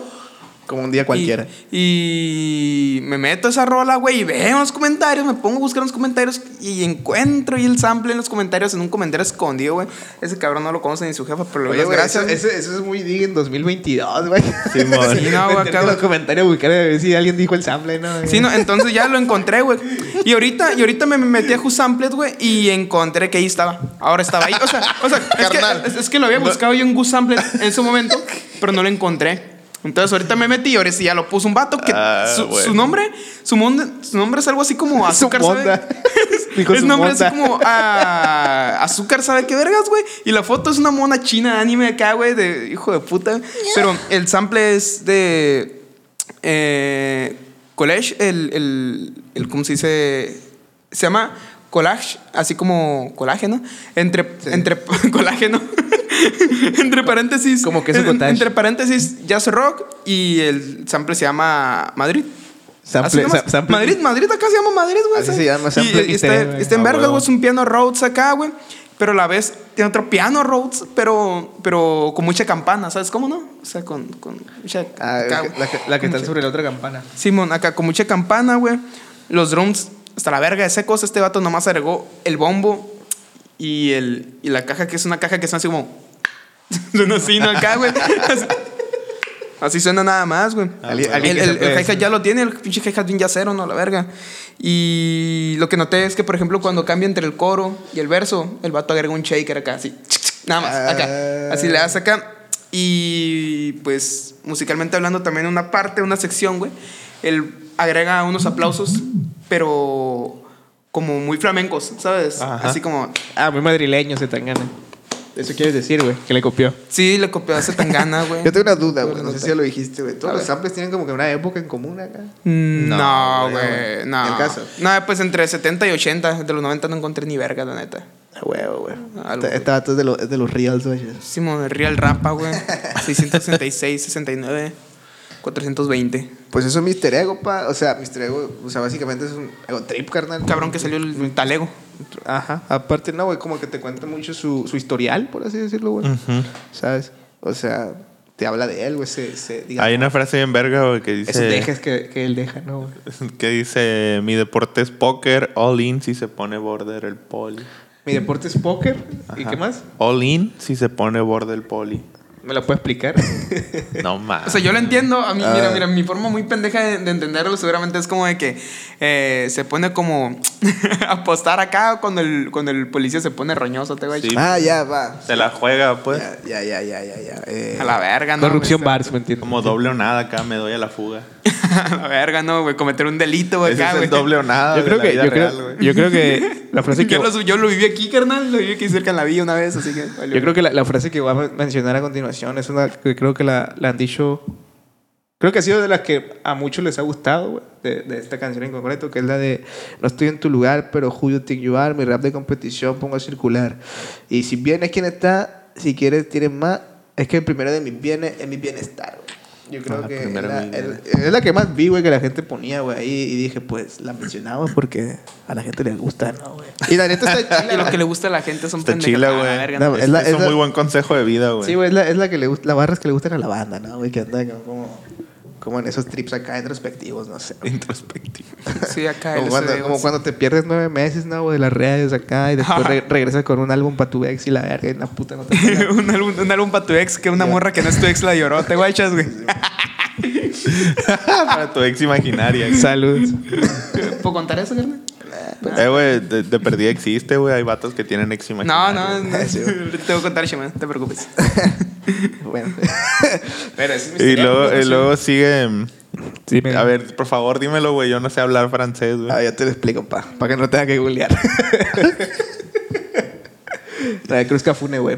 Como un día cualquiera.
Y, y me meto a esa rola, güey, y veo los comentarios, me pongo a buscar los comentarios y encuentro y el sample en los comentarios, en un comentario escondido, güey. Ese cabrón no lo conoce ni su jefa, pero le doy
Oye,
las
güey,
gracias.
eso, eso, eso es muy dig en 2022, güey.
Simón.
Sí, no, güey,
Meterte
acá,
en los
güey.
comentarios buscar a ver si alguien dijo el sample, ¿no?
Sí, no, entonces ya lo encontré, güey. Y ahorita, y ahorita me metí a Gusamplet, güey, y encontré que ahí estaba. Ahora estaba ahí. O sea, o sea es,
Carnal.
que, es- es que lo había buscado yo en Gusamplet en su momento, pero no lo encontré. Entonces ahorita me metí y ahora sí ya lo puso un vato que
Ah,
su,
bueno.
su nombre, su, mon- su nombre es algo así como azúcar, ¿sabe?
monda. Dijo
es
su
nombre así
monda.
como ah, azúcar, ¿sabe qué vergas, güey? Y la foto es una mona china de anime acá, güey, de hijo de puta. Pero el sample es de eh, collage, el, el, el- ¿cómo se dice? Se llama collage, así como colágeno, entre, entre colágeno, entre paréntesis,
Como queso
en-
cottage.
entre paréntesis, jazz rock y el sample se llama Madrid. Así
Sample,
nomás.
sa- sample.
Madrid, Madrid, acá se llama Madrid, güey.
Así
¿sabes?
se llama,
Y-
sample
y,
misterio,
está,
güey.
está en
Ah,
vergas,
huevo.
güey, es un piano Rhodes acá, güey. Pero a la vez tiene otro piano Rhodes, pero, pero con mucha campana, ¿sabes cómo no? O sea, con, con mucha.
Ah, la
acá,
que-
güey.
la que- la que
Con
está
mucha-
sobre la otra campana.
Simón, acá con mucha campana, güey. Los drums, hasta la verga de secos. Este vato nomás agregó el bombo y, el, y la caja, que es una caja que suena así como. suena así, ¿no? Acá, güey. Así- Así suena nada más, güey.
Ali-
El,
alguien
el,
que se
el
puede-
hi-hat ya lo tiene, el pinche hi-hat bien ya cero, no, la verga. Y lo que noté es que, por ejemplo, cuando cambia entre el coro y el verso, el vato agrega un shaker acá, así. Nada más, acá. Así le das acá. Y pues, musicalmente hablando, también una parte, una sección, güey. Él agrega unos aplausos, pero como muy flamencos, ¿sabes?
Ajá.
Así como.
Ah, muy madrileño se tan gana. Eso quieres decir, güey, que le copió.
Sí, le copió a Zetangana, güey.
Yo tengo una duda, güey. No sé si ya lo dijiste, güey.
A
Todos los
ver.
samples tienen como que una época en común acá.
Mm,
No,
No,
güey,
güey. No.
Ni el caso.
No, pues entre 70 y 80. De los 90 no encontré ni verga, la neta.
Ah, Huevo, güey.
Algo,
Este- Este vato es de, los- es de los reals, güey.
Hicimos el Real Rapa, güey. 666, 69. 420.
Pues es un Mister Ego, pa. O sea, Mister Ego, o sea, básicamente es un ego trip, carnal.
Cabrón que salió el talego.
Ajá. Aparte, no, güey, como que te cuenta mucho su, su historial, por así decirlo, güey. ¿Sabes? O sea, te habla de él, güey. Se, se, digamos,
Hay una frase bien verga, güey, que
esos
dice...
dejes que, que él deja, ¿no, güey?
Que dice, mi deporte es póker, all in si se pone border el poli.
Mi deporte es póker. ¿Y
Ajá.
qué más?
All in si se pone border el poli.
¿Me lo puedo explicar?
No mames.
O sea, yo lo entiendo. A mí, mira, mira, mi forma muy pendeja de, de entenderlo seguramente es como de que eh, se pone como apostar acá cuando el, cuando el policía se pone roñoso, te voy
Sí.
ah, ya, va.
Se la juega, pues.
Ya, ya, ya, ya, ya. ya. Eh,
A la verga, ¿no? Este,
Corrupción
güey?
bars, ¿me entiendes?
Como doble o nada acá, me doy a la fuga.
a la verga, no, güey. Cometer un delito, güey.
Ese
acá,
es el
güey.
doble o nada
Yo
de
creo
la
que,
vida
yo,
real,
creo,
güey.
yo creo que la frase que
Yo lo, yo lo viví aquí, carnal. Lo viví aquí cerca en la villa una vez, así que.
Yo creo que la, la frase que voy a mencionar a continuación es una que creo que la, la han dicho. Creo que ha sido de las que a muchos les ha gustado, güey, de, de esta canción en concreto, que es la de No estoy en tu lugar, pero who you think you are, mi rap de competición pongo a circular.
Y si vienes, ¿quién está? Si quieres, tienes más. Es que el primero de mis bienes es mi bienestar, güey. Yo creo
Ah,
que es
primero
la,
mi bienestar.
el- es la que más vi, güey, que la gente ponía, güey, ahí. Y dije, pues, la mencionamos porque a la gente le gusta, ¿no, güey? Y la neta está
Y lo
chila,
que le gusta a la gente son
Está
pendejadas.
chila,
a la
güey.
verga,
No,
no. Este,
es la-
es,
es
un
la-
muy buen consejo de vida, güey.
Sí, güey, es la, es la que le gusta, las barras que le gustan a la banda, ¿no, güey? Que andan como, como en esos trips acá introspectivos, no sé.
Introspectivo.
Sí, acá.
Como
el
cuando,
SD,
como
güey.
cuando te pierdes nueve meses, ¿no? güey, De las redes acá y después re- regresas con un álbum para tu ex y la verga y la puta no te pela.
un, álbum, un álbum para tu ex, que una morra que no es tu ex la lloró. Te guachas, güey.
Para tu ex imaginaria. güey.
Salud.
¿Puedo contar eso, carnal?
Eh, güey, de, de perdida existe, güey. Hay vatos que tienen ex
No,
imaginaria.
no, no. Te voy a contar, Shaman, no te preocupes.
Bueno.
Y luego,
eh,
y luego sigue... mm,
Sí, me-
A ver, por favor, dímelo, güey. Yo no sé hablar francés, güey.
Ah, ya te lo explico, pa. Para que no tenga que googlear. La de Cruz Cafune, güey.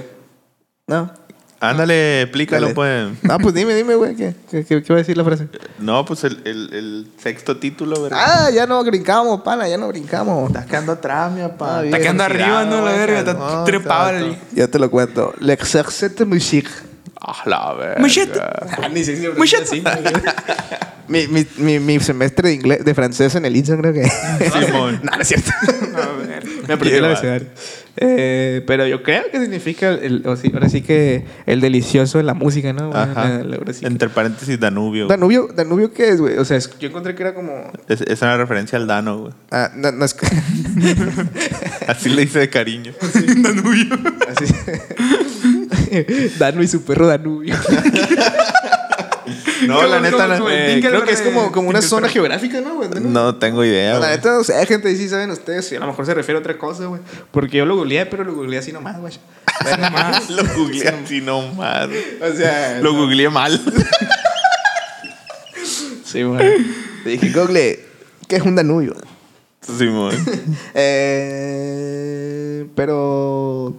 No.
Ándale, explícalo,
Dale.
pues.
Ah, pues dime, dime, güey. ¿Qué, qué, qué, qué va a decir la frase?
No, pues el, el, el sexto título, ¿verdad?
Ah, ya no brincamos, pana, ya no brincamos. Estás quedando atrás, mi papá.
Está quedando arriba, ¿no? La verga, está trepado. el-
Ya te lo cuento. L'exercete musique.
Ah, la verga.
Muchete.
Ah,
Muchete.
Mi, mi, mi, mi semestre de, inglés, de francés en el Instagram creo que...
Simón.
no, no es cierto.
A ver.
Me aprendí
Qué
el
va.
abecedario. Eh, pero yo creo que significa, el, o sí- ahora sí que el delicioso en la música, ¿no? güey?
Ajá.
El- ahora sí que-
Entre paréntesis, Danubio. güey.
Danubio, Danubio, ¿qué es, güey? O sea, es- yo encontré que era como...
Es, es una referencia al Dano, güey.
Ah, no, no es...
Así le hice de cariño.
Así.
Dano y su perro Danubio.
No, la
Como-
neta,
como-
la-
como el
eh,
Tinker
Creo que es
de-
como, como una zona geográfica, ¿no, güey?
no tengo idea,
La
güey.
neta, no sé, gente, sí saben ustedes, y a lo mejor se refiere a otra cosa, güey. Porque yo lo googleé, pero lo googleé así nomás, güey.
Lo googleé así nomás.
O sea,
Lo googleé mal.
sí, güey. Le dije, Google, ¿qué es un Danubio?
Simón.
Eh, pero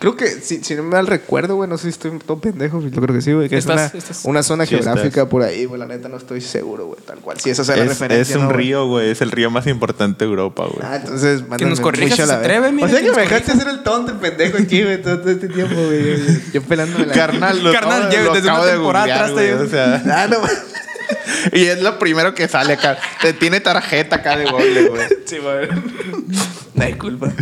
creo que, si, si no me mal recuerdo, güey, no sé si estoy todo pendejo, yo creo que sí, güey. Que es
Estás-
una,
estás-
una zona
Sí, estás.
geográfica por ahí, güey. La neta, no estoy seguro, güey, tal cual. Si esa es la
Es,
referencia.
es un
¿no, güey?
río, güey. Es el río más importante de Europa, güey.
Ah, entonces,
Que nos corrija
corrijas
si se atreve, mira.
O sea que
nos
me
corrija.
dejaste hacer el tonto, el pendejo aquí, güey, todo, todo este tiempo, güey. Yo, yo- yo pelándome la.
Carnal, lo
Carnal,
acabo-
lleve-
lo
desde una
acabo de
temporada
googlear,
atrás
güey,
te-
o sea,
Ah, no, güey.
Y es lo primero que sale acá. Te tiene tarjeta acá de Google, güey.
Sí, güey. No hay culpa.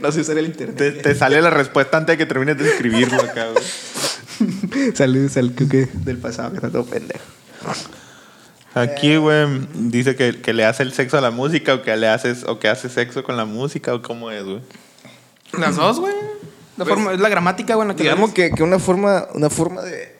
No sé usar el internet.
Te, te sale la respuesta antes de que termines de escribirlo acá, güey.
Saludos al cuque del pasado que está todo pendejo.
Aquí, güey, dice que, que le hace el sexo a la música o que le haces o que hace sexo con la música o cómo es, güey.
Las dos, güey. La forma, es la gramática, güey, en la que
Digamos
lo
que, que una forma, una forma de,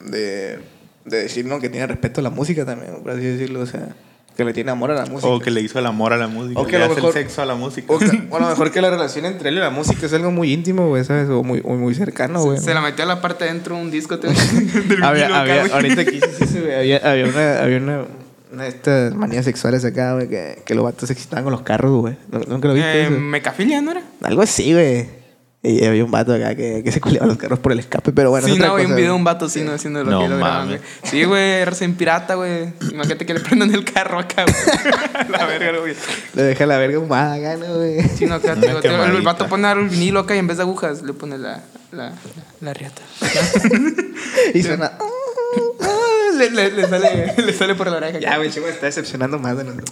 de, de decir, ¿no? Que tiene respeto a la música también, por así decirlo. O sea, que le tiene amor a la música.
O que le hizo el amor a la música.
O que a
le
lo
hace
mejor-
el sexo a la música.
O que- o a lo mejor que la relación entre él y la música es algo muy íntimo, güey, ¿sabes? O muy, muy, muy cercano, güey.
dices. Se la metió a la parte de dentro de un disco. te- del
había,
vinilo acá,
había-
güey.
ahorita aquí sí, sí se ve, había, había una, había una, una de estas manías sexuales acá, güey, que, que los vatos se excitaban con los carros, güey. ¿Nu- ¿Nunca lo viste
Eh,
eso?
mecafilia, ¿no era?
Algo así, güey. Y había un vato acá que, que se culeaba los carros por el escape, pero bueno,
sí,
es otra
no, vi un
cosa,
video de
güey.
un vato así, no, haciendo lo
No
que lo graban,
mames.
güey. Sí, güey, recién pirata, güey. Imagínate que le prendan el carro acá, güey. la verga, güey.
Le deja la verga humada acá, ¿no, güey?
Sí, no, acá,
Una
te digo, te digo, el
quemadita.
vato pone ahora el vinilo acá y en vez de agujas le pone la, la, la, la riata.
Y suena...
le, le- le sale, le sale por la oreja.
Ya, güey, chico, está decepcionando más de nosotros.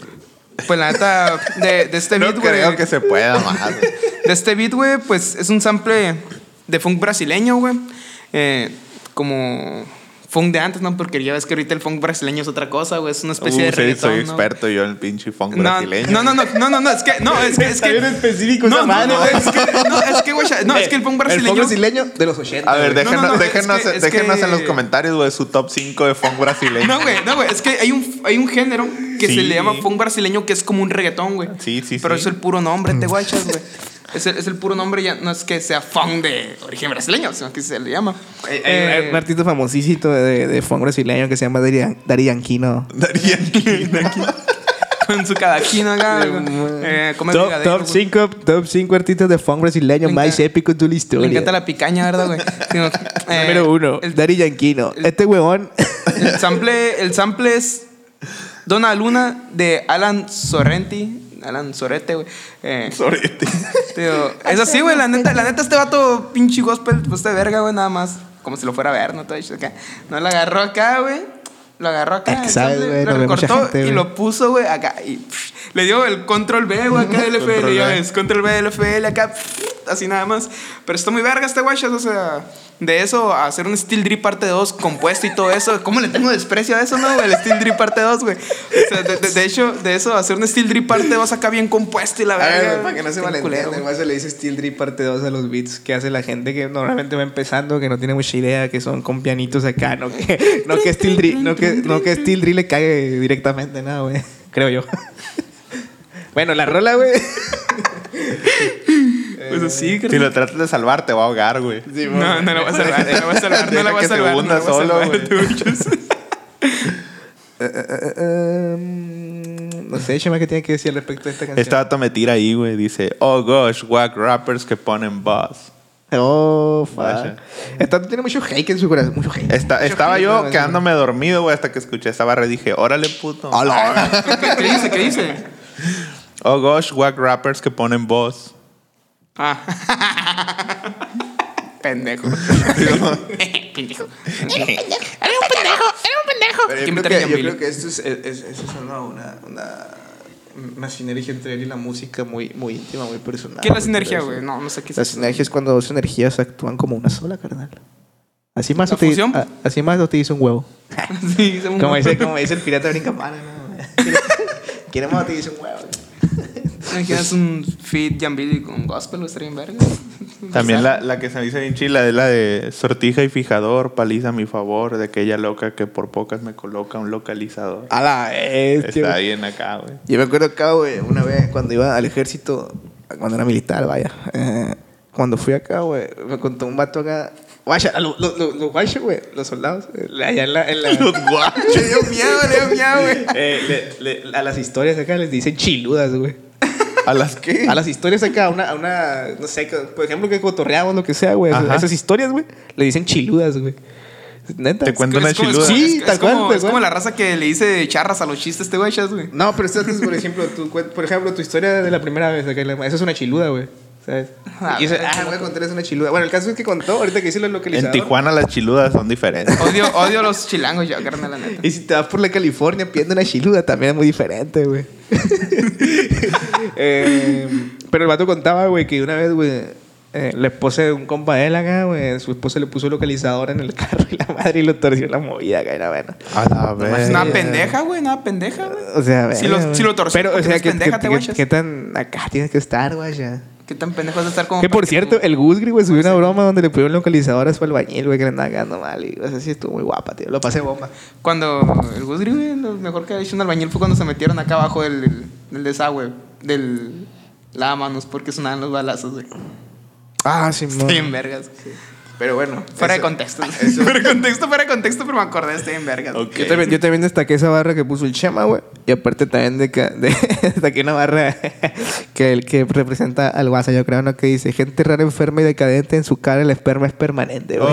Pues la neta, de, de este
No
beat, güey.
creo que se pueda más. güey.
De este beat, güey, pues es un sample de funk brasileño, güey. Eh, como funk de antes, ¿no? Porque ya ves que ahorita el funk brasileño es otra cosa, güey. Es una especie de
Uh, sí,
reggaetón,
soy
¿no?
experto yo en el pinche funk
No,
brasileño.
no, no, no, no, no, no, es que, no, es que, es que,
específico
no, no, no, es que, no, es que, güey, no,
Eh,
es que Eh, el funk brasileño,
brasileño de los 80.
A ver,
No, no,
déjenos,
no, es
déjenos,
que- es
déjenos
que-
en los comentarios, güey, su top 5 de funk brasileño.
no, güey, no, güey, es que hay un, hay un género que
Sí.
se le llama funk brasileño que es como un reggaetón, güey,
Sí, sí,
pero
sí.
es el puro nombre, te guachas, güey, es el, es el puro nombre, ya no es que sea funk de origen brasileño, sino que se le llama,
Hay, hay
Eh,
un artista famosísimo de, de funk brasileño que se llama Dari Dari Yanquino.
Daría aquí, aquí.
con su cadaquino acá, güey. eh, come
Top,
brigadeiro,
top
güey.
5 top cinco artistas de funk brasileño
Me
más
encanta-
épicos de la
me
historia.
encanta la picaña, ¿verdad, güey? Sino, eh,
Número 1,
el-
Dari Yanquino.
el-
este huevón.
El sample, el sample es Dona Luna de Alan Sorrenti. Alan Sorete, güey. Eh,
Sorete.
tío, es así, güey. La neta, la neta, este vato pinche gospel, pues de verga, güey, nada más. Como si lo fuera a ver, ¿no? Todo hecho acá. No lo agarró acá, güey. Lo agarró acá.
Es que
el
sabes,
sample,
güey,
Lo
no ve mucha
recortó
gente,
y
güey.
lo puso, güey, acá. Y pff, le dio el control B, güey, acá del FL.
Control
Ya
B.
ves, control B del FL, acá. pff, Así nada más. Pero está muy verga este guachas, o sea. De eso, a hacer un Steel Drip parte 2 compuesto y todo eso. ¿Cómo le tengo desprecio a eso, no, güey? El Steel Drip parte 2, güey. O sea, de, de- de hecho, de eso, hacer un Steel Drip parte 2 acá bien compuesto y la
A ver,
verga.
güey, para que no se
Está culero,
malentienda,
güey.
el guaso le dice Steel Drip parte 2 a los beats.
que hace la gente que normalmente va empezando, que no tiene mucha idea, que son con pianitos acá, no que, no que Steel Drill, no que, no que Steel Drill le cague directamente, nada, güey. Creo yo. Bueno, la rola, güey.
Pues así,
Si
carnal.
lo tratas de salvar, te va a ahogar, güey.
No, no la vas a salvar, no la vas a salvar, no la
Deja que
vas a
se
salvar. no
hunda
la vas a
solo,
salvar,
güey.
te huyes.
No sé, Chema, ¿qué tiene que decir al respecto de esta canción?
Este vato me tira ahí, güey. Dice, oh gosh, whack rappers que ponen boss.
Oh,
Vaya.
fuck. Esta tiene mucho hate en su corazón, mucho hate.
Esta- estaba yo quedándome dormido, güey, hasta que escuché esa barra y dije, órale, puto.
¿Qué- ¿Qué dice? ¿Qué dice?
Oh gosh, whack rappers que ponen boss.
Ah. Pendejo.
Era
Pendejo.
un pendejo, era un pendejo.
Pero
¿Quién
yo,
metería
creo
a
que, yo
Billy?
creo que esto es, es- es- eso es una, una, una, una sinergia entre él y la música muy, muy íntima, muy personal.
¿Qué es la
Porque
sinergia,
las-
güey? No, no sé qué es
La
eso.
sinergia es cuando dos energías actúan como una sola, carnal. Así más,
¿La
no te,
fusión?
a- así más no te dice un huevo.
Sí, según-
Como dice, como dice el pirata brinca pana,
Quiere más no te dice un huevo.
Imaginas un feed Jambili con gospel, estaría en verga.
También la, la que se me hizo bien chila es la de sortija y fijador, paliza a mi favor, de aquella loca que por pocas me coloca un localizador.
Ah,
A la bestia,
Está
güey.
bien acá, güey.
Yo me acuerdo acá, güey, una vez cuando iba al ejército, cuando era militar, vaya. eh, cuando fui acá, güey, me contó un vato acá. Guacha, lo- lo- lo- los guachos, güey, los soldados. eh, Allá en la. en la-
Le dio miedo, le dio miedo, güey.
eh, le- le- A las historias acá les dicen chiludas, güey.
¿A las qué?
A las historias acá, a una, a una, no sé, co- por ejemplo, que cotorreamos, lo que sea, güey. Esas-
Ajá.
Esas historias, güey, le dicen chiludas, güey. Neta.
Te cuento una
Es como-
chiluda.
es como-
Sí,
es
tal
como-
cual, tal
Es como
cual.
la raza que le dice charras a los chistes, este güey, chas, güey.
No, pero esto es, por ejemplo, tu, cuen- por ejemplo, tu historia de la primera vez acá. la- Eso es una chiluda, güey. ¿Sabes?
Ah,
Y eso,
güey.
ah, voy a contar, es una chiluda. Bueno, el caso es que contó, ahorita que hice lo
En
localizador.
Tijuana las chiludas son diferentes.
Odio, odio los chilangos, yo, carnal, la neta.
Y si te vas por la California pidiendo una chiluda, también es muy diferente, güey. Eh, pero el vato contaba, güey, que una vez, güey, eh, la esposa de un compa de él acá, güey, su esposa le puso localizador en el carro y la madre y lo torció la movida acá, era bueno.
A la vez.
Es una pendeja, güey, una pendeja, güey.
Eh, O sea, verga,
Si lo-
güey.
si lo torció
Pero, o
porque
sea,
eres
que,
pendeja,
que- que-
te guachas.
que tan acá tienes que estar, güey, ya.
Qué tan pendejo es estar como.
Que por
para
cierto,
tú-
el Guzgri, güey, subió una broma donde le pusieron localizador a su albañil, güey, que le andaba quedando mal. Y, o sea, sí estuvo muy guapa, tío. Lo pasé bomba.
Cuando el Guzgri, güey, lo mejor que ha hecho un albañil fue cuando se metieron acá abajo del, del, del desagüe, del lavamanos, porque sonaban los balazos, güey.
Ah, sí,
Estoy en vergas.
Pero bueno.
Fuera
eso-
de contexto. Fuera de contexto, fuera de contexto, pero me acordé, estoy en vergas.
Ok.
Yo también, yo también destaqué esa barra que puso el Chema, güey. Y aparte también de, que- de- destaqué una barra que el que representa al WhatsApp, yo creo, ¿no? Que dice, gente rara, enferma y decadente, en su cara el esperma es permanente, güey.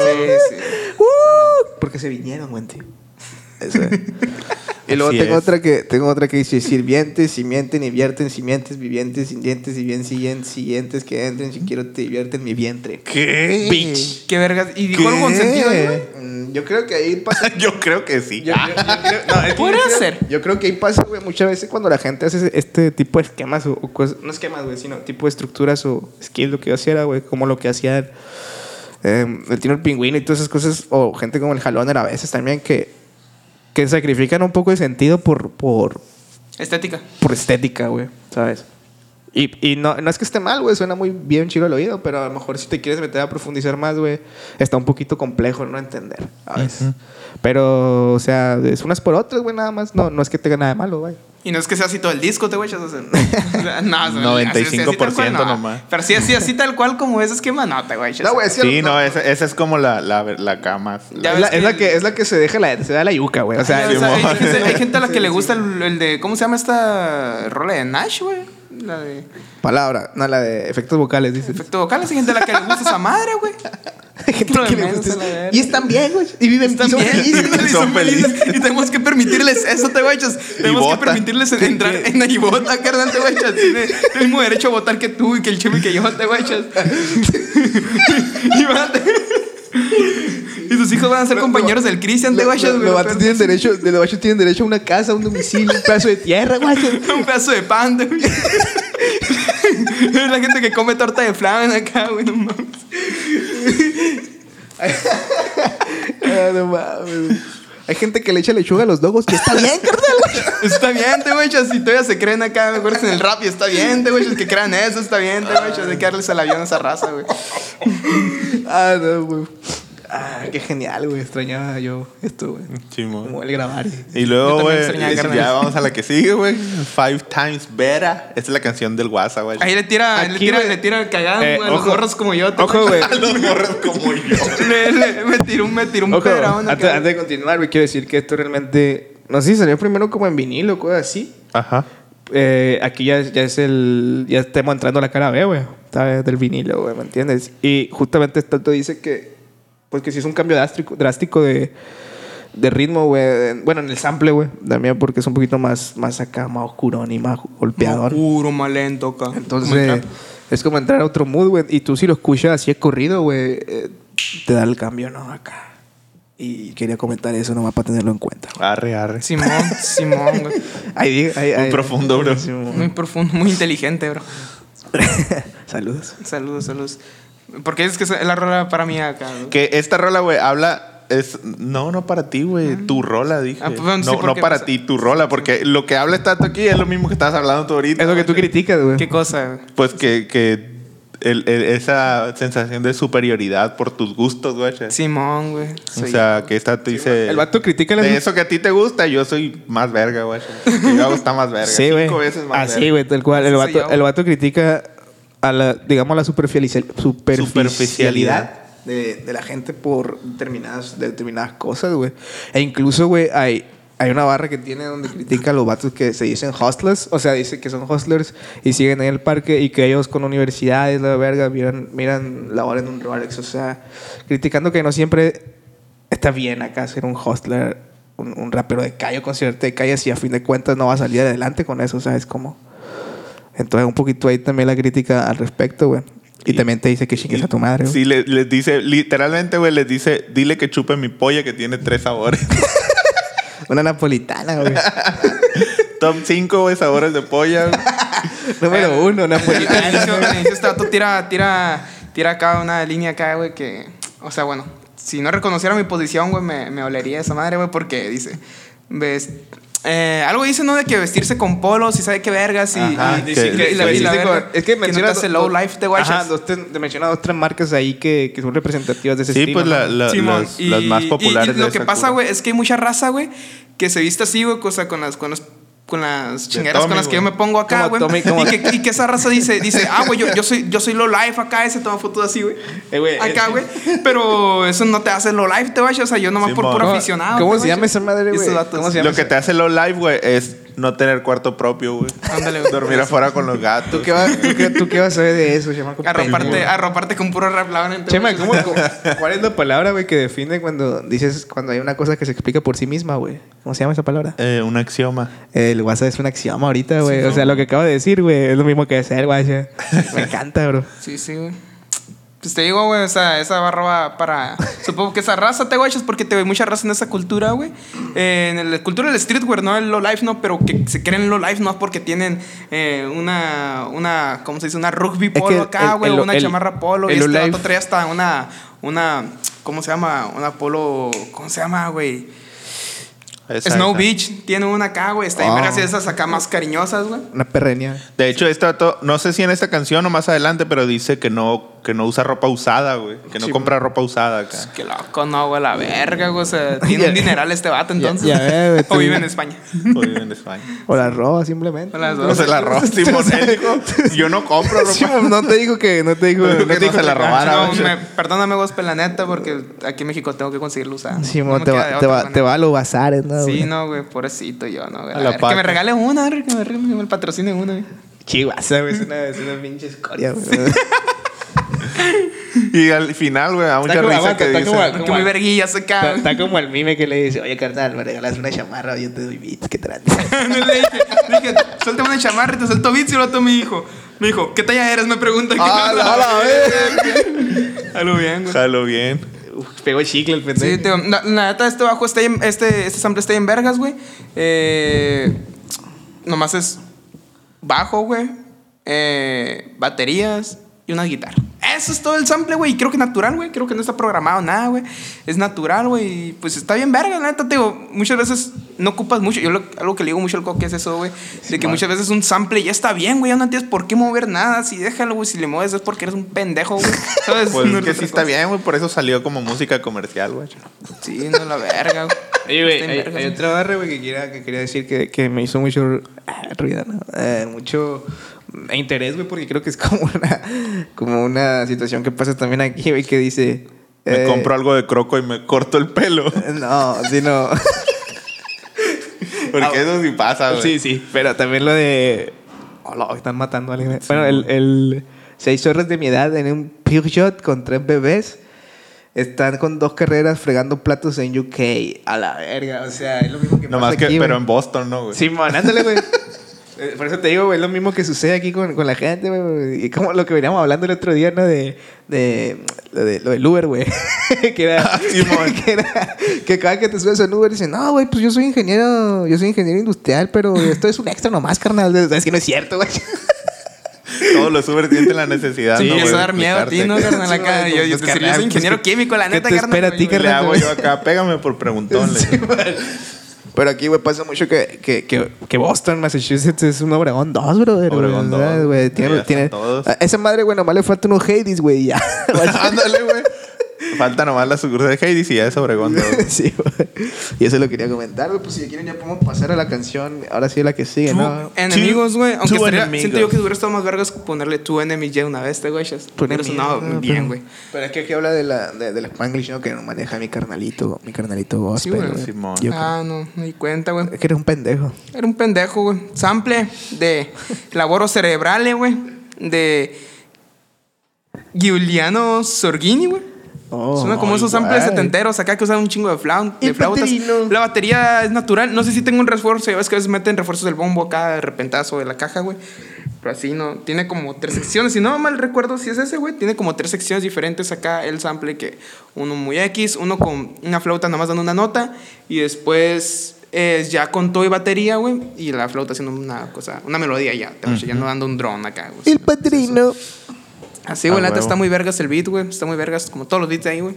Sí, sí.
¡Uh! Porque se vinieron, güey, tío.
Eso es. Y luego
Así
tengo
es.
otra, que, tengo otra que dice sirvientes, si mienten, invierten, si mientes, vivientes, sin dientes, si bien, siguientes, siguientes que entren, si quiero te divierten mi vientre.
¿Qué?
Qué vergas. Y dijo
¿Qué?
algo con sentido, ahí, güey.
Mm, güey. Yo creo que ahí pasa.
Yo creo que sí.
Yo, yo- yo creo, no, es que
Podría
yo creo-
ser.
Yo creo que ahí pasa, güey, muchas veces cuando la gente hace ese-
este tipo de esquemas o, o cosas, no esquemas, güey, sino tipo de estructuras o skills, lo que yo hacía, era, güey, como lo que hacían eh, el tino el pingüino y todas esas cosas, o gente como el jalón a veces también que, que sacrifican un poco de sentido por, por,
Estética.
por estética, güey, ¿sabes? Y, y no, no es que esté mal, güey, suena muy bien chido al oído, pero a lo mejor si te quieres meter a profundizar más, güey, está un poquito complejo no entender, a veces. Pero, o sea, es unas por otras, güey, nada más. No, no es que tenga nada de malo, güey.
Y no es que sea así todo el disco, te güey. O sea, no, o sea, así- así- así tal cual,
95%
no.
nomás.
Pero sí, así, así tal cual como es esquema, no, te güey.
No, güey, sí,
Sí,
no,
no, esa, esa es como la, la, la cama.
Ya
Es la,
ves
es la que,
el-
es la que se deja la, se da la yuca, güey. O sea,
Ay, o sea, hay,
Simón.
gente- hay gente a la que le gusta el, el de. ¿Cómo se llama esta rola de Nash, güey? La de
palabra, no la de efectos vocales, dice.
efecto vocal. Hay gente a la que le gusta esa madre, güey. Lo de
que le
menos,
gusta
a la
eso.
verga.
Y están bien, güey. Y viven
Están bien,
güey.
y son felices. Y tenemos que permitirles eso, te guachas. Tenemos que
votan.
permitirles entrar en ahí vota, carnal, te guachas. Tiene el mismo derecho a votar que tú y que el chemi que yo, te guachas. y, van a tener- y sus hijos van a ser compañeros del Cristian, te
Lo-
guachas,
lo-
güey.
Los vatos tienen derecho, de los vatos tienen derecho a una casa, un domicilio, un pedazo de tierra, güey.
Un pedazo de pan, te guachas. Es la gente que come torta de flan acá, güey, no mames.
Ah, no mames, güey. Hay gente que le echa lechuga a los dogos, que está bien, carnal.
Está bien, te guachas. Si todavía se creen acá, mejor en el rap y está bien, te guachas. Que crean eso, está bien, te guachas. Hay que darles el avión a esa raza, güey.
Ah, no, güey. Ah, qué genial, güey. Extrañaba yo esto, güey. Como el grabar. y-
Y
Yo
luego,
también
güey,
extrañaba
es-
carnal.
ya vamos a la que sigue, güey. Five Times Better. Esta es la canción del WhatsApp, güey.
Ahí le tira, le
Aquí,
tira,
güey.
le tira cagada
Eh,
Ah, a los
ojo.
gorros como yo. te-
Ojo, güey.
A los morros como yo.
Le- le- me tiró un, me tiró un
Ojo,
pedraón
antes,
acá.
antes de continuar, güey, quiero decir que esto realmente. No sé si salió primero como en vinilo o cosas así.
Ajá.
Eh, aquí ya, es- ya es el. Ya estamos entrando a la cara B, güey. ¿Sabes? Del vinilo, güey, ¿me entiendes? Y justamente tanto dice que. Pues que sí es un cambio drástico, drástico de, de ritmo, güey. En- Bueno, en el sample, güey. También porque es un poquito más, más acá, más oscurón y más golpeador.
Puro malento acá. Como el
Entonces,
trap.
es como entrar a otro mood, güey. Y tú si lo escuchas así corrido, güey, eh, te da el cambio, ¿no? Acá.
Y quería comentar eso nomás para tenerlo en cuenta.
Arre, arre.
Simón, Simón, güey.
Ahí, ahí,
Muy
ahí.
profundo, bro.
Sí, mo-
Muy profundo, muy inteligente, bro.
Saludos.
Saludos, saludos. Porque es que es la rola para mí acá. güey.
Que esta rola, güey, habla. Es, no, no para ti, güey. Tu rola, dije.
Ah, pues, bueno, sí,
no, no
porque,
para
pues,
ti, tu rola. Porque lo que habla esta aquí es lo mismo que estabas hablando tú ahorita.
Es lo que tú criticas, güey.
¿Qué cosa? güey?
Pues que, que el- el- esa sensación de superioridad por tus gustos, güey.
Simón, güey.
O
Soy-
sea, que esta te dice.
El vato critica las-
De eso que a ti te gusta, yo soy más verga, güey. Que Yo hago está más verga.
Sí, güey.
Cinco veces más
Así, güey, tal cual. El
Ese soy
vato,
yo.
el vato critica a la, digamos, la superficialice- superficialidad.
Superficialidad.
De, de la gente por determinadas, de determinadas cosas, güey. E incluso, güey, hay, hay una barra que tiene donde critica a los vatos que se dicen hustlers. O sea, dice que son hustlers y siguen en el parque y que ellos con universidades, la verga, miran, miran la hora en un Rolex. O sea, criticando que no siempre está bien acá ser un hustler, un, un rapero de calle, un concierto de calle, si a fin de cuentas no va a salir adelante con eso, ¿sabes cómo? Entonces, un poquito ahí también la crítica al respecto, güey. Y, también te dice que chingues a tu madre, güey.
Sí, le- les dice, literalmente, güey, les dice, dile que chupe mi polla que tiene tres sabores.
Una napolitana, güey.
Top 5, güey, sabores de polla. güey.
Número uno,
Al
napolitana.
inicio- al inicio este vato tira, tira, tira acá una línea acá, güey, que... O sea, bueno, si no reconociera mi posición, güey, me, me olería esa madre, güey, porque dice... ves- eh, algo dice, ¿no? De que vestirse con polos y sabe qué vergas y...
Ajá,
y-
que-
y la- y la
que-
verga,
es que
no te
mencionas
hace
dos-
low life,
Ajá,
te guachas.
dos, te, te menciona dos, tres marcas ahí que, que son representativas de ese
Sí,
estilo.
pues la-
¿no?
la-
Simón,
las,
y-
las más
y- y
populares. de
lo que
esa
pasa,
cura.
güey, es que hay mucha raza, güey, que se viste así, güey, cosa con las, con las, con las chingaderas
Tommy,
con las que yo
güey.
me pongo acá,
Como
güey.
Tommy, como-
Y que, y que esa raza dice, dice, ah, güey, yo, yo soy, yo soy low life acá, y se toma fotos así, güey.
Eh, güey,
acá,
eh.
güey. Pero eso no te hace low life, te vayas. O sea, yo nomás por
Simón.
puro
¿Cómo-
aficionado.
cómo
te
se
vayas.
llama esa madre,
Y esos
güey?
datos.
¿Cómo se llama?
Lo que te hace lo live, güey, es no tener cuarto propio, güey.
Ándale, güey.
Dormir afuera con los gatos.
¿Tú, qué vas, tú, qué, tú qué vas a ver de eso, chamaco?
Arroparte, arroparte con puro rap lavan
Chema, ¿cómo, cómo- cuál es la palabra, güey, que define cuando dices, cuando hay una cosa que se explica por sí misma, güey? ¿Cómo se llama esa palabra?
Eh, un axioma.
El WhatsApp es un axioma ahorita, güey. o sea, lo que acabo de decir, güey, es lo mismo que hacer, güey. Me encanta, bro.
Sí, sí, güey. Pues te digo, güey, esa, esa barra va para Supongo que esa raza te guachas porque te ve mucha raza en esa cultura, güey. Eh, en la cultura del streetwear, ¿no? El low life, ¿no? Pero que se creen low life, ¿no? Porque tienen eh, una, una, ¿cómo se dice? Una rugby polo
que
acá,
el-
güey.
el-
Una
el-
chamarra polo.
el
y
low
este vato
life.
trae hasta una, una, ¿cómo se llama? Una polo, ¿cómo se llama, güey?
Esa,
Snow
esa.
Beach tiene una acá, güey. Está ahí,
Oh.
Ah.
vergas, y esas acá más cariñosas, güey.
Una perrenia.
De hecho, este vato, no sé si en esta canción o más adelante, pero dice que no, que no usa ropa usada, güey. Que no compra ropa usada acá.
Qué loco, no, güey, la verga, güey. O sea, tiene un dineral este vato, entonces.
ya ves, güey,
o
tú-
vive en España.
O vive Pues, en España.
O la roba simplemente.
O las dos.
No se la robó, Simón. Él dijo, yo no compro
Sí,
ropa.
no te digo que no te digo
No te digo que la
robaron.
robara,
No,
güey.
me- perdóname, Gospe, la neta, porque aquí en México tengo que ah. conseguirlo usado.
Simón, te, va, te, va, te va a los bazares, ¿no?
Sí,
güey?
no, güey, pobrecito yo, no, güey.
A
A
la
ver,
pata.
Que me regale una, a ver, que me, re- que me patrocine una, güey.
Chihuahua, güey, es una, es una pinche escoria, güey.
Y al final, güey, da mucha
como
risa
aguanta,
que
está como
dice.
Porque muy verguillas acá.
Está,
güey.
está como el mime que le dice,
Oye, carnal, me regalas una chamarra, yo te doy beats, ¿qué tal?
Le dije, le dije, suéltame una chamarra y te suelto bits y lo me dijo. Me dijo, ¿qué talla eres? Me pregunta.
Ah,
¡A la- a la
A lo bien, güey.
Jalo bien.
"Uf, pegó chicle el pendejo.
Sí, te digo, la, la neta, este bajo está en, este, este sample está en vergas, güey. Eh, nomás es bajo, güey. eh, baterías y una guitarra. Eso es todo el sample, güey. Y creo que natural, güey. Creo que no está programado nada, güey. Es natural, güey. Y pues está bien verga, la neta, te digo. Muchas veces no ocupas mucho. Yo lo- algo que le digo mucho al coque es eso, güey. De que muchas veces un sample ya está bien, güey. Ya no tienes por qué mover nada. Si déjalo, güey. Si le mueves es porque eres un pendejo, güey. ¿Sabes?
Pues
No
es que
es
sí
otra cosa.
está bien, güey. Por eso salió como música comercial, güey.
Sí, no la verga, güey.
Oye, güey,
Está en
hay,
verga,
hay
sí.
otra barra, güey, que, quiera- que quería decir que, que me hizo mucho ru- ah, ruido, ¿no? Eh, mucho mm, interés, güey, porque creo que es como una, como una situación que pasa también aquí, güey, que dice...
Me
eh,
compro algo de croco y me corto el pelo.
No, sino...
Porque eso sí pasa, Ah, güey.
sí, sí, pero también lo de... Hola, están matando a alguien. güey. bueno, el, el... Seis horas de mi edad en un pure shot con tres bebés. Están con dos carreras fregando platos en UK. A la verga, o sea, es lo mismo que
Nomás
pasa
que,
aquí, güey.
pero en Boston, ¿no, güey?
Simón, ándale, güey. Eh, Por eso te digo, güey, lo mismo que sucede aquí con, con la gente, güey. Y como lo que veníamos hablando el otro día, ¿no? De, de, lo, de lo del Uber, güey. que era,
Ah, Simón.
que era- que cada que te subes en Uber dicen, no, güey, pues yo soy ingeniero, yo soy ingeniero industrial, pero esto es un extra nomás, carnal. Es que no es cierto, güey.
Todos los Uber tienen la necesidad,
Sí,
¿no, güey?
eso
de
da miedo a ti, ¿no,
explicarse.
carnal? Acá,
Sí,
yo, yo,
pues,
te diría,
carnal,
soy ingeniero
pues, ¿qué-
químico, la
qué
neta,
te
carnal.
espera a ti,
güey.
¿Qué le
carnal?
hago yo acá? Pégame por preguntón. le digo.
Pero aquí, güey, pasa mucho que, que, que, que Boston, Massachusetts es un Obregón 2, brother.
Obregón
güey, ¿verdad,
dos.
güey.
Sí, ya
Tiene,
están
tiene-
todos.
a esa madre, güey, nomás le falta unos Hades, güey, y ya.
Ándale, güey. Falta nomás la sucursal de Heidi y ya es Obregón. ¿no?
sí, güey. Y eso lo quería comentar, güey. Pues si quieren, ya podemos pasar a la canción. Ahora sí, a la que sigue, ¿no?
Two Enemigos, güey. Aunque
Two
estaría,
enemigos.
siento yo que hubiera estado más vergas ponerle tu enemy ya una vez, te güey.
Tu
Tu enemy.
enemigo,
sonado
pero-
bien, güey.
Pero es que aquí habla de la, de, de la Spanglish, ¿no? Que nos maneja mi carnalito, mi carnalito gospel,
güey.
güey.
Simón.
Yo
Ah, no, me di cuenta, güey.
creo- Es que eres un pendejo.
Era un pendejo, güey. Sample de laboros cerebrales, güey. De Giuliano Sorghini, güey.
Oh,
Suena como
oh,
esos samples
igual.
setenteros acá que usan un chingo de, flaun- de
El
flautas.
petrino.
La batería es natural. No sé si tengo un refuerzo. Ya ves que a veces meten refuerzos del bombo acá de repentazo de la caja, güey. Pero así no. Tiene como tres secciones. Si no mal recuerdo si es ese, güey. Tiene como tres secciones diferentes acá el sample que uno muy X, uno con una flauta nada más dando una nota y después es ya con todo y batería, güey. Y la flauta haciendo una cosa, una melodía ya. te Ya no dando un drone acá, güey.
El padrino.
Así, güey,
Ah,
la neta
huevo.
está muy vergas el beat, güey. Está muy vergas, como todos los beats de ahí, güey.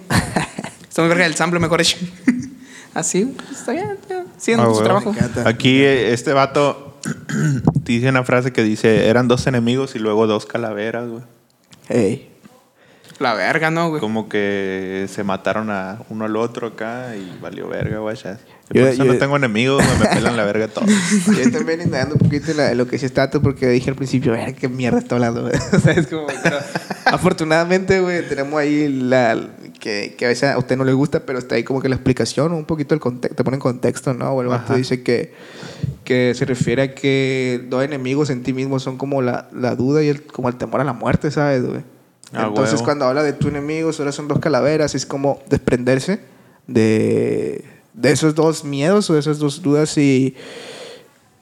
está muy verga el sample, mejor hecho. Así, güey, está bien, está bien. Siguen
Ah,
su
huevo.
trabajo.
Me encanta.
Aquí eh, este vato dice una frase que dice, eran dos enemigos y luego dos calaveras, güey.
Ey.
La verga, ¿no, güey?
Como que se mataron a uno al otro acá y valió verga, güey. ya. Por
Yo-
eso
yo-
no tengo enemigos, güey, me pelan la verga todo.
Yo también indagando un poquito en, la- en lo que es estatus porque dije al principio, ver qué mierda está hablando. güey?" o sea, es como, pero afortunadamente, güey, tenemos ahí la que, que a veces a usted no le gusta, pero está ahí como que la explicación, un poquito el contexto, te pone en contexto, ¿no? O el vato
Ajá.
dice que, que se refiere a que dos enemigos en ti mismo son como la, la duda y el, como el temor a la muerte, ¿sabes, güey?
Ah,
Entonces,
huevo.
cuando habla de tu enemigo, ahora son dos calaveras, es como desprenderse de, de esos dos miedos o de esas dos dudas y,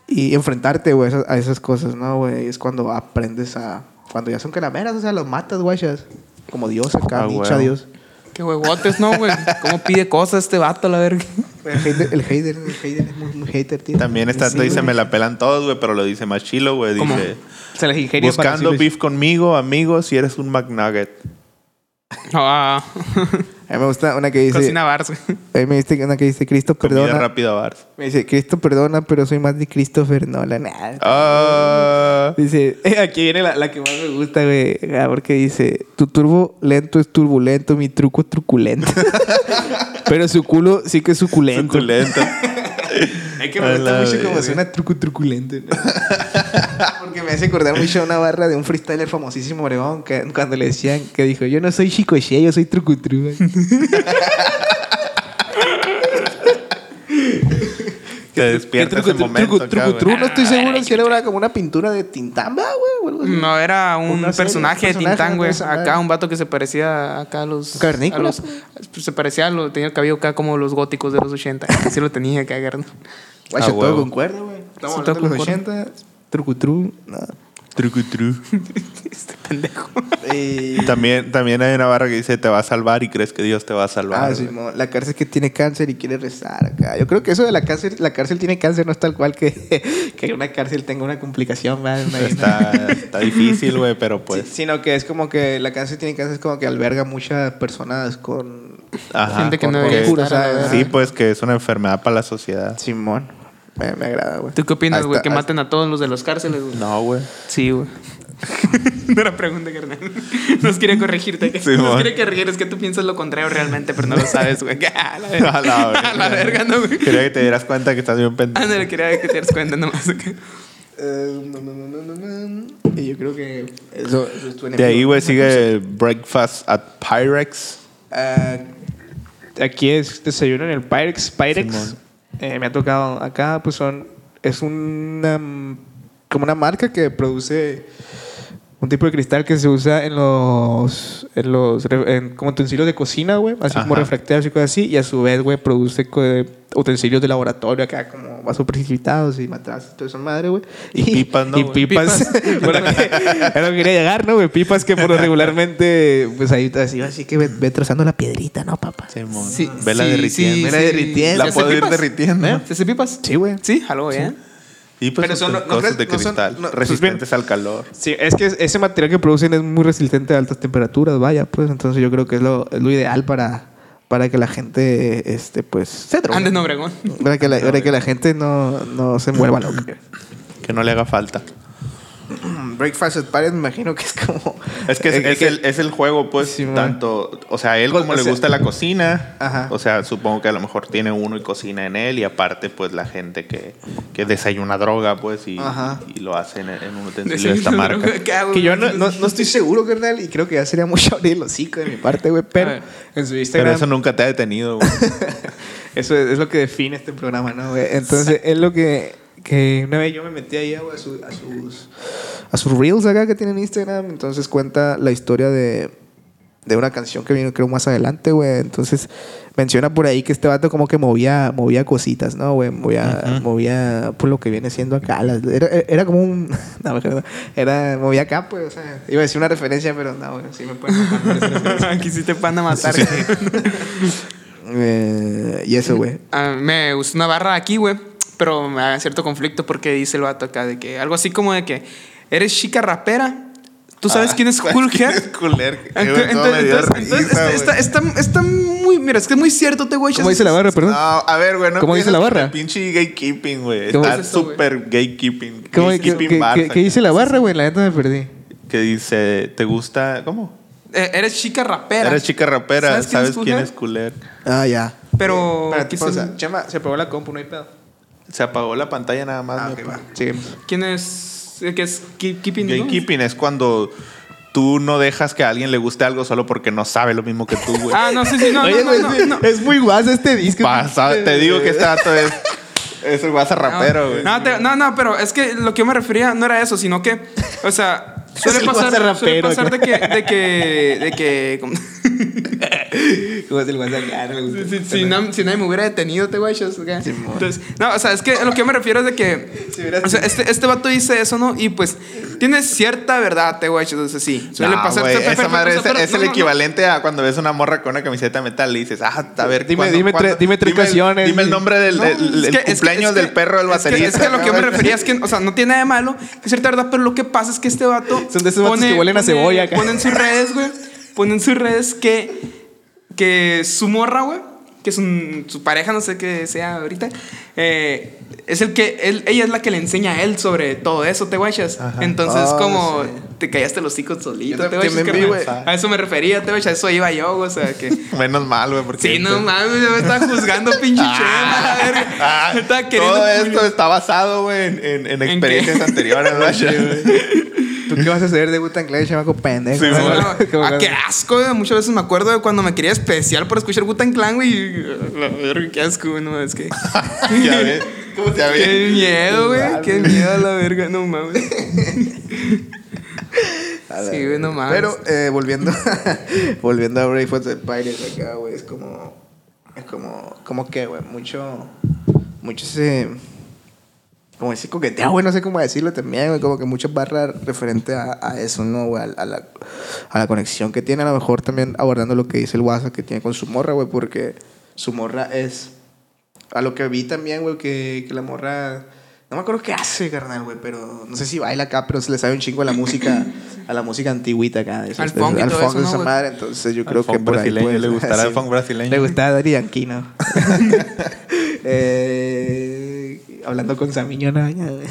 y enfrentarte, güey, a esas- a esas cosas, ¿no, güey? Es cuando aprendes a... Cuando ya son calaveras, o sea, los matas, guayas. Como Dios acá,
Ah,
dicha
huevo.
Dios.
Qué huevotes, ¿no, güey? ¿Cómo pide cosas este vato, la verga?
El hater, el hater, el hater es muy, muy hater, tío.
También está,
Sí,
dice,
güey.
me la pelan todos, güey, pero lo dice más chilo, güey.
¿Cómo?
Dice,
Se las ingenios para
buscando
decirles-
beef conmigo, amigos, si eres un McNugget.
Ah,
A mí me gusta una que dice.
cocina bars, güey.
A mí me dice una que dice, Cristo
Comida
perdona.
rápida, Bars.
Me dice, Cristo perdona, pero soy más de Christopher Nolan. Ah,
Ah,
Dice, aquí viene la, la que más me gusta, güey. Ah, Porque dice, tu turbo lento es turbulento, mi truco es truculento. Pero su culo sí que es suculento.
suculento.
Hay que
A la
Me gusta mucho
verga.
como suena truco truculento. ¿no? Porque me hace acordar mucho una barra de un freestyler famosísimo Obregón que cuando le decían que dijo, yo no soy chicoche, yo soy trucutru.
Te despiertas en momento.
Trucutru,
acá, güey.
trucutru, no estoy seguro si era una- como una pintura de tintamba, güey, o algo así.
No, era un
Una serie,
personaje
un
de
personaje,
Tintán, güey.
una madre.
Acá un vato que se parecía acá a los...
¿Cavernícola?
a los- pues, Se parecía a los... Tenía el cabello acá como los góticos de los 80. Así lo tenía que agarrar.
Guacha,
Ah,
todo
huevo.
con cuerda, güey. Estamos
Sí, todo
hablando de los
con
80, trucutru. No.
Trucutru.
Pendejo.
Eh,
También, también hay una barra que dice, te va a salvar y crees que Dios te va a salvar.
Ah, sí,
güey.
mo, la cárcel que tiene cáncer y quiere rezar acá. Yo creo que eso de la cárcel, la cárcel tiene cáncer no es tal cual que, que una cárcel tenga una complicación, ¿va? Una-
está, está difícil, güey, pero
Sí,
pues...
sino que es como que la cárcel tiene cáncer es como que alberga muchas personas con
Ajá,
Gente que no
con-
debería
oscuro,
estar, la
¿sabes?
Sí, pues que es una enfermedad para la sociedad.
Simón. Me, me agrada, güey.
¿Tú qué opinas,
Ahí
güey?
está,
Que
ahí
maten a todos los de las cárceles, güey.
No, güey.
Sí, güey. no era pregunta, carnal. Nos quería corregirte.
Sí,
Nos
mon.
quiere corregir. Es que tú piensas lo contrario realmente, pero no lo sabes, güey. A la verga.
A la verga.
Eh, A la verga, no, güey.
Quería que te dieras cuenta que estás bien pendiente.
Ándale, quería que te dieras cuenta nomás. güey.
está. Eh, no, no, no, no, no, no. Y yo creo que eso, eso es tu
De ahí,
enemigo.
güey, sigue Breakfast at Pyrex.
Ah,
Eh, Aquí es desayuno en el Pyrex. Pyrex.
Simón.
Eh, me ha tocado acá, pues son. Es una. mm, Como una marca que produce un tipo de cristal que se usa en los. En los re- en- como utensilios de cocina, güey. Así como
Ajá.
refractarios y cosas así. Y a su vez, güey, produce co- eh, utensilios de laboratorio acá, como vasos precipitados y matrazas y toda esa madre, güey. Y
pipas, ¿no,
Y
güey?
pipas. bueno, a lo que quería llegar, ¿no, güey? Pipas que por lo regularmente. Pues ahí así, así que ve, ve trazando la piedrita, ¿no, papá?
Sí,
Vela
sí, sí,
derritiendo.
Vela
sí.
derritiendo.
La
¿Se hace
puedo ir
pipas?
derritiendo, ¿eh?
¿Se hace pipas?
sí, güey.
Sí, algo, ¿eh?
Y pues
Pero son-
otras
no
cosas
crees-
de
no son-
cristal,
no- pues,
resistentes al calor.
Sí, es que ese material que producen es muy resistente a altas temperaturas, vaya, pues entonces yo creo que es lo, es lo ideal para, para que la gente, este, pues, se drogue.
Antes no, Obregón.
Para que la, para que la gente no, no se vuelva loca.
Que no le haga falta.
Mm, Breakfast at Paris, me imagino que es como.
Es que es,
eh,
es el, es el juego, pues,
Sí, man.
tanto... O sea, a él
Pues,
como
o
le
sea-
gusta la cocina.
Ajá.
O sea, supongo que a lo mejor tiene uno y cocina en él. Y aparte, pues, la gente que, que desayuna droga, pues, y,
Ajá.
y lo hacen en, en un utensilio de esta marca.
Que
Que
yo no, no- no estoy seguro, carnal, y creo que ya sería mucho abrir el hocico de mi parte, güey,
A
pero
ver.
En su
Pero
Instagram,
eso nunca te ha detenido, güey.
eso es, es lo que define este programa, ¿no? güey? Entonces es lo que, que una vez yo me metí ahí güey, a, su- a sus,
a sus reels acá que tienen Instagram, entonces cuenta la historia de, de una canción que vino creo más adelante, güey. Entonces menciona por ahí que este vato como que movía movía cositas, ¿no, güey? Movía movía por lo que viene siendo acá, las- era, era como un no, mejor no. era movía acá, pues, o sea, iba a decir una referencia, pero no, güey, sí me pueden matar por esa referencia.
Quisiste pan a matar.
Eh, y eso, güey.
A mí Ah, me gustó una barra aquí, güey. Pero me da cierto conflicto porque dice el vato acá de que algo así como de que eres chica rapera. ¿Tú
Ah.
sabes quién es Coolhead?
Cooler.
Entonces, entonces, entonces, está, está- está muy. Mira, es que es muy cierto, te güey.
¿Cómo dice la barra, perdón?
No, a ver, güey. No
¿Cómo dice
empieces
la
con
barra?
el Pinche gatekeeping, güey.
¿Cómo
Está
es eso, güey?
súper gatekeeping.
¿Cómo- qué,
gatekeeping
qué-
bars
qué-
acá.
qué dice la barra, güey? La neta me perdí.
Que dice, ¿te gusta? ¿Cómo?
Eh, eres chica rapera.
Eres chica rapera,
¿Sabes quién es
¿sabes quién es Cooler?
Cooler?
Ah, ya.
Pero.
Espérate,
¿quién es-
pausa. Chema, se apagó la compu, no hay pedo.
Se apagó la pantalla nada más.
Ah,
mi
ok,
pa.
va. Seguimos.
¿Quién es. eh, ¿Qué es? Keep- Keeping. no?
Gatekeeping es cuando tú no dejas que a alguien le guste algo solo porque no sabe lo mismo que tú, güey.
Ah, no, sí, sí, no,
Oye,
no,
güey,
no,
es-
no, no.
es muy guas este disco.
Pasa, te digo que este dato es. Es un guasa rapero, güey.
Ah, No, te- no, no, pero es que lo que yo me refería no era eso, sino que, o sea, suele
Sí,
pasar,
vas a
suele
rapero,
pasar de que, de que, de que, como-
Como es el guas acá, no le gusta.
si, si no- si nadie me hubiera detenido, te güey, yo- Entonces, no, o sea, es que a lo que yo me refiero es de que, o sea, este, este vato dice eso, ¿no? Y pues, Tienes cierta verdad, te guacho, entonces sí. Suele
No,
pasar.
güey,
Pero,
esa
pero,
madre
pero,
es,
pero,
es
no,
el
no, no.
equivalente a cuando ves una morra con una camiseta de metal y dices, ah, a ver,
Dime-
¿cuándo-
dime
cuándo-
tre- dime tres
el-
canciones.
Dime el nombre del,
No,
del-
es
del
que- es que-
cumpleaños
es que-
del perro del
es que-
baterista.
Es que, lo que yo me refería es que, o sea, no tiene nada de malo, es cierta verdad, pero lo que pasa es que este vato.
Son de esos vatos que huelen a cebolla acá.
Ponen sus redes, güey. Ponen sus redes que. Que su morra, güey. Que es un- su pareja, no sé qué sea ahorita. eh, es el que. él- ella es la que le enseña a él sobre todo eso, te guachas. Entonces,
Ah,
como.
sí.
Te callaste los hocico
Yo
solito,
te-
te guachas.
también vi,
carnal.
güey.
A eso me refería, te guachas. A eso iba yo, güey, o sea, que.
Menos mal, güey, porque...
Sí, no mames, me está juzgando pinche Chema, la verga.
Ah,
Me estaba queriendo
todo
publicar.
esto está basado, güey, en, en- en
qué?
experiencias anteriores, ¿no?
¿Tú qué vas a hacer de Gutan Clan, chamaco pendejo?
Sí,
No,
güey.
no, ah, qué asco, güey. Muchas veces me acuerdo de cuando me quería especial por escuchar Gutan Clan, güey. y, La verga, qué asco, güey. No, es que.
ya ves, ya ves.
Qué miedo, güey. Qué miedo a la verga, no mames. Sí, güey, no mames.
Pero eh, volviendo, volviendo a Breakfast of Pirates acá, güey, es como, es como, como que, güey, mucho, mucho se, como decir coquetea, güey, no sé cómo decirlo también, güey, como que muchas barras referente a, a eso, ¿no, güey? A, a la, a la conexión que tiene, a lo mejor también abordando lo que dice el WhatsApp que tiene con su morra, güey, porque su morra es, a lo que vi también, güey, que, que la morra. No me acuerdo qué hace, carnal, güey, pero no sé si baila acá, pero se le sabe un chingo a la música, a la música antigüita acá. de esas-
Al funk y
al
todo
funk
eso,
de
¿no,
esa
güey?
madre, entonces yo
Al
creo que
funk
por ahí
brasileño,
puede
le
ser,
gustará el funk brasileño.
Le gustaba Dari Yankee, ¿no? eh, hablando con Samiño Navaña, güey.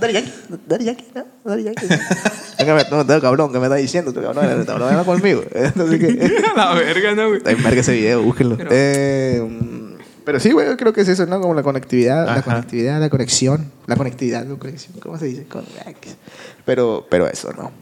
Daddy Yankee, Daddy Yankee, ¿no? Daddy Yankee.
Venga, no, no, cabrón, ¿qué me estás diciendo? Tú, cabrón, no, no, no, conmigo. Entonces, ¿qué?
A la verga, no, güey.
Está bien verga ese video, búsquenlo. Eh, mm,
Pero-
Pero, sí, güey, yo creo que es eso, ¿no? Como la conectividad, la
Ajá.
conectividad, la conexión. La conectividad, la conexión. ¿Cómo se dice? Con- Pero, pero eso, ¿no?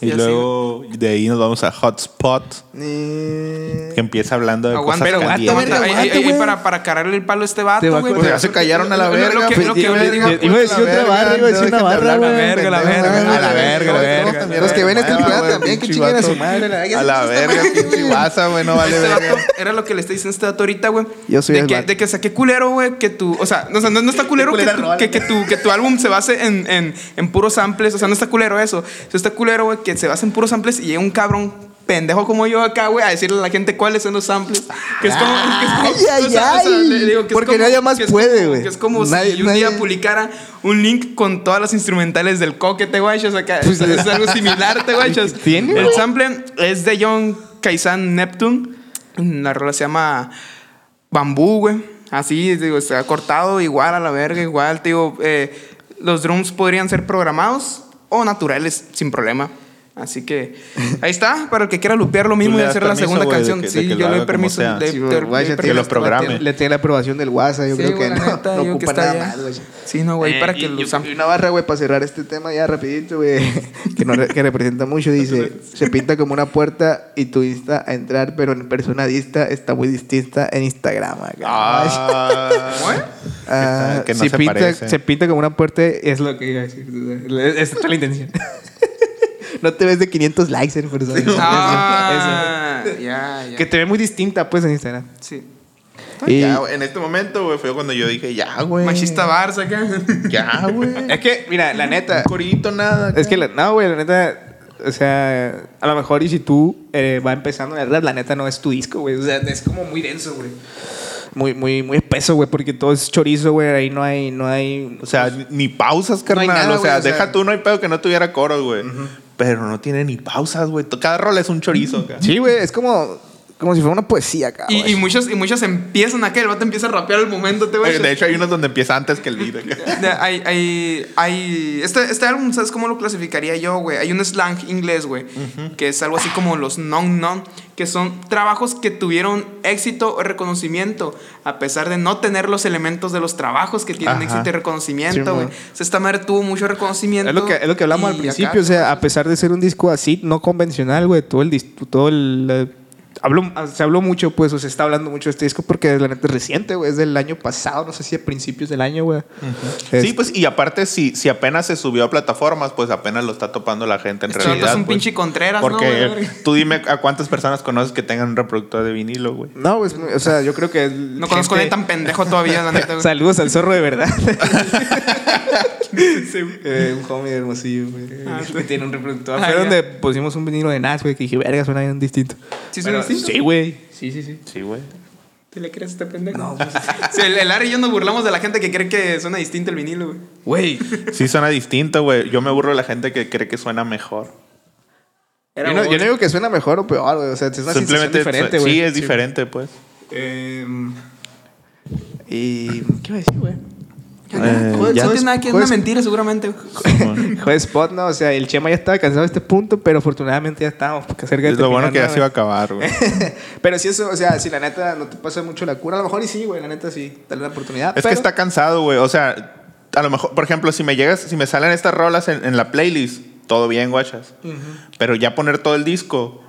Y
Ya
luego de ahí nos vamos a Hotspot,
Eh,
que empieza hablando de cosas
Aguanta, pero aguanta,
calientes.
güey. Ahí- ahí-
aguanta,
ahí
güey.
Para, para cargarle el palo a este vato,
Te va a
güey.
cortar.
Ya se callaron a la
Lo- lo-
verga,
Lo que,
pues,
lo que
dime,
yo digo,
dime,
pues,
Iba a decir otra barra, iba a decir una barra,
la
güey.
verga, la verga,
A la
la
verga, la
verga.
verga.
Los que ven este
Nueva,
programa
güey,
también, que
pinche
chinguen a su
vato.
madre. la verga,
A
se
la
puso
verga,
esta madre,
pinche
güey.
guasa, güey, no vale
Este
verga.
vato, era lo que le estoy diciendo a este vato ahorita, güey.
Yo soy
de
el
que,
vato.
de que saqué culero, güey, que tu, o sea, no, o sea, no, no está culero que,
culera
tu,
rola.
que, que tu, que tu álbum se base en, en, en puros samples, o sea, no está culero eso. O sea, está culero, güey, que se base en puros samples y llega un cabrón pendejo como yo acá, güey, a decirle a la gente cuáles son los samples. Que es como... que es como-
Ay, ay,
o sea, o sea,
ay.
le- le digo que es
Porque
como-
nadie más
que es
puede,
como-
güey.
Que es como
Nadie-
si un
nadie-
día publicara un link con todas las instrumentales del coque, te guachas acá.
Pues,
es algo similar, te guachas.
Tiene,
El
güey.
sample es de John Kaisan Neptune. La rola se llama Bambú, güey. Así, digo, está cortado igual a la verga, igual, te digo. eh, los drums podrían ser programados o naturales, sin problema. Así que ahí está, para el que quiera lupear lo
le
mismo y
das
hacer la
permiso,
segunda
güey, de
canción.
que- de
sí,
que lo
yo
haga
le
como
permiso. este
sea.
le-
Sí,
le-
güey,
le-
guay, ya
le-
que lo programe.
Le tiene la aprobación del WhatsApp, yo
Sí,
creo que
güey, la
no,
neta,
no
yo que
ocupa
está
nada
ya.
más, güey.
Sí, no, güey,
Eh,
para
y-
que lo
y-
usan.
y una barra, güey, para cerrar este tema ya rapidito, güey, que, no re- que representa mucho, dice, se pinta como una puerta y tu insta a entrar, pero en persona dista está muy distinta en Instagram. acá.
Ah,
Ah,
que no
si
se
pinta,
parece.
se pinta como una puerta, es lo que iba a decir. Esa es la intención.
no te ves de 500 likes en persona.
Ah, ya, ya.
Que te ve muy distinta, pues, en Instagram.
Sí.
Y-
Ya, güey, en este momento, güey, fue cuando yo dije, ya, güey.
Machista Barça acá.
Ya, güey.
Es que, mira, la
Un
neta.
corito, nada.
Es que, la- no, güey, la neta. O sea, a lo mejor y si tú eh, va empezando en el rap, la neta no es tu disco, güey. O sea, es como muy denso, güey. Muy, muy, muy espeso, güey, porque todo es chorizo, güey. Ahí no hay, no hay.
O sea, ni pausas,
No hay
carnal.
nada,
o, sea,
güey, o sea-
deja tú, no hay pedo que no tuviera coros, güey. Pero no tiene ni pausas, güey. Cada rol es un chorizo, acá.
Sí, güey, es como, como si fuera una poesía, acá,
Y,
güey.
y muchos, y muchos empiezan acá, el vato empieza a rapear al momento, te voy
Eh, De hecho, hay unos donde empieza antes que el beat, acá.
hay, hay, hay- este, este álbum, ¿sabes cómo lo clasificaría yo, güey? Hay un slang inglés, güey, que es algo así como los non-non, que son trabajos que tuvieron éxito o reconocimiento, a pesar de no tener los elementos de los trabajos que tienen
Ajá.
éxito y
Sí,
reconocimiento, güey.
man.
O sea, esta madre tuvo mucho reconocimiento.
Es lo que, es lo que hablamos
y
al
acá-
principio, o sea, a pesar de ser un disco así, no convencional, güey, todo el, dis- todo el, eh,
habló, se habló mucho, pues, o se está hablando mucho de este disco porque la neta es reciente, güey. Es del año pasado, no sé si a principios del año, güey. Es-
Sí, pues, y aparte, si, si apenas se subió a plataformas, pues apenas lo está topando la gente en
Este
realidad.
vato es un
pues.
pinche Contreras, ¿no,
Porque
güey?
tú dime a cuántas personas conoces que tengan un reproductor de vinilo, güey.
No, pues, o sea, yo creo que.
No conozco a nadie tan pendejo todavía, la neta. güey.
Saludos al zorro de verdad.
Eh, un homie hermosillo, güey.
que tiene un reproductor.
Ah,
Fue
ya.
donde pusimos un vinilo de Nas, güey, que dije, verga, suena bien distinto. Pero-
¿Sí suena distinto?
Sí, güey. Sí, sí, sí.
Sí, güey.
¿Te le crees a este pendejo? No, el, el Ari y yo nos burlamos de la gente que cree que suena distinto el vinilo, güey.
Güey.
Sí suena distinto, güey. Yo me burlo de la gente que cree que suena mejor.
Era
yo, no, yo
Bobón.
no digo que suena mejor o peor, güey. O sea, es una sensación
Simplemente
diferente,
su-
güey.
Sí, es diferente, pues.
Em, y. ¿Qué iba a decir, güey?
Eh,
Joder,
ya
no
es-
tiene nada que es
pues-
una mentira, seguramente. güey.
Fue spot, ¿no? O sea, el Chema ya estaba cansado de este punto, pero afortunadamente ya estábamos cerca de
es lo bueno que ya
terminar,
se iba a
¿no,
acabar, güey.
güey?
Pero si eso, o sea, si la neta no te pasa mucho la cura, a lo mejor y sí, güey, la neta sí, dale una oportunidad.
Es
pero-
que está cansado, güey. O sea, a lo mejor, por ejemplo, si me llegas, si me salen estas rolas en, en la playlist, todo bien, guachas. Pero ya poner todo el disco,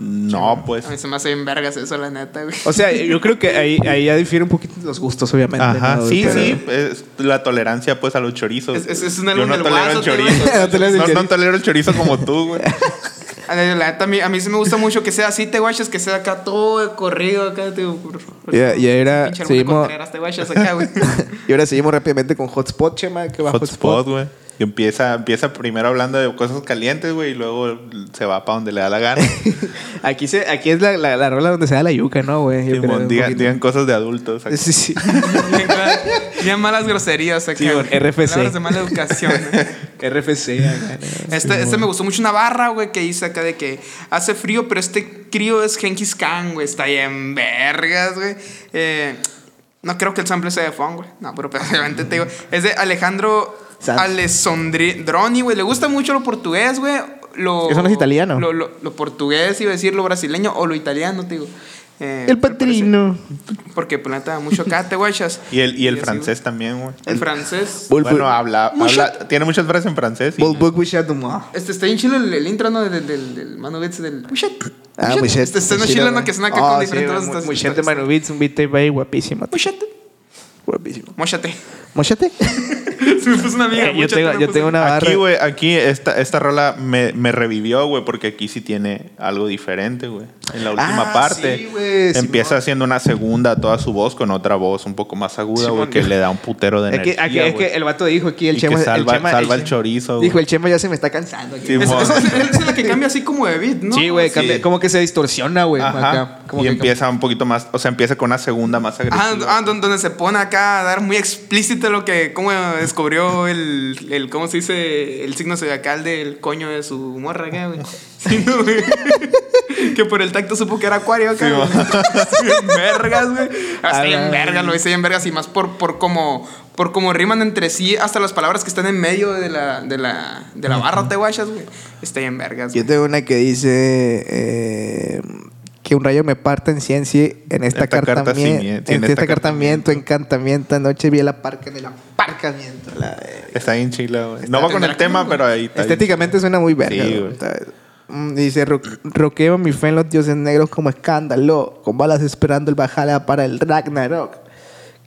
no, pues.
A mí se me hace bien vergas eso, la neta, güey.
O sea, yo creo que ahí, ahí ya difieren un poquito los gustos, obviamente.
Ajá,
¿no?
sí,
Pero-
sí. Es la tolerancia, pues, a los chorizos.
Es- es- es un
Yo
álbum
no
del
tolero
guaso,
el
te
chorizo.
digo.
No toleras el
No, no
chorizo.
tolero el chorizo como tú, güey.
A la la neta, a mí, a mí sí me gusta mucho que sea así, te guachas, que sea acá todo de corrido, acá, tío.
Ya- ya era-
Pinche Armando
seguimos-
Contreras, te guachas
pues
acá, güey.
Y ahora seguimos rápidamente con Hotspot, Chema, que va
Hotspot, güey. Y empieza, empieza primero hablando de cosas calientes, güey, y luego se va para donde le da la gana.
Aquí, se, aquí es la, la, la rola donde se da la yuca, ¿no, güey? Yo
Simón,
creo, un
digan,
poquito.
digan cosas de adultos. acá.
Sí, sí.
Bien, bien malas groserías acá.
Sí,
güey.
RFC.
Palabras de mala educación, güey.
RFC. acá, ¿no?
Este, este me gustó mucho una barra, güey, que hice acá de que hace frío, pero este crío es Genkis Khan, güey. Está ahí en vergas, güey. Eh, no creo que el sample sea de Fon, güey. No, pero obviamente te digo. Es de Alejandro
Sanz.
Alessandroni, güey. Le gusta mucho lo portugués, güey. Lo,
Eso no es italiano.
Lo, lo- lo portugués, iba a decir, lo brasileño o lo italiano, te digo. Eh,
El
pero
patrino.
parece- Porque planta mucho acá, te guachas.
Y el, y el
así,
francés también, güey.
güey. El francés.
Volpe-
Bueno, habla,
Mucho-
habla- tiene muchas frases en francés. y-
Volbook with Shadow Ma.
Este está bien chilo el, el intro, ¿no? Del, del, del Manu Betts, del. Mushet.
Ah,
Mushet.
muy chet-
Este está
muy
en
chido,
chilo, ¿no?
güey.
Que suena acá
Ah,
con
sí,
diferentes
güey,
rostras.
Muy gente Manu Beats, un beat tape ahí guapísimo.
Mushet.
Guapísimo.
Moshate.
Mochate.
Se me puso una amiga.
Eh, yo,
Móchate,
tengo,
me
yo
puso-
tengo una barra.
Aquí, güey, aquí esta, esta rola me, me revivió, güey, porque aquí sí tiene algo diferente, güey. En la última
Ah,
parte
sí, güey,
empieza
Simón.
haciendo una segunda a toda su voz con otra voz un poco más aguda, güey,
Simón,
que
yo-
le da un putero de
Es que,
energía,
aquí- es
güey.
que eh, el vato dijo aquí el
Y
Chema.
que salva,
el Chema-
salva el,
Chema-
chorizo,
Dijo,
güey.
el Chema ya se me está cansando. aquí.
Simón.
Esa esa- esa es la que cambia así como de beat, ¿no?
Sí, güey,
Sí.
cambia- como que se distorsiona, güey.
Ajá.
acá, como
y
que-
empieza un poquito más, o sea, empieza con una segunda más agresiva.
Ah, ah, don- donde se pone acá a dar muy explícito lo que, cómo descubrió el, el ¿cómo se dice? El signo zodiacal del coño de su morra acá, güey. Sí, ¿no, güey? que por el tacto supo que era acuario acá.
Sí,
güey. Sí, en vergas, güey. Ah, Hasta
A
en
la-
vergas, lo hice en vergas y más por, por como... Por como riman entre sí, hasta las palabras que están en medio de la, de la, de la barra, te guachas, güey. Está ahí en vergas.
Yo
güey.
tengo una que dice eh, que un rayo me parta en ciencia en esta,
Esta
carta,
carta
mie-
sí mie- sí,
en esta carta miento, encantamiento, anoche vi la parca en el aparcamiento. La verga.
Está bien chila, güey. No va con el
tendrá que-
tema, pero ahí está.
Estéticamente suena muy verga.
Sí,
güey.
güey.
Está- Mm, Dice, "Ro- roqueo mi fe en los dioses negros como escándalo, con balas esperando el bajala para el Ragnarok.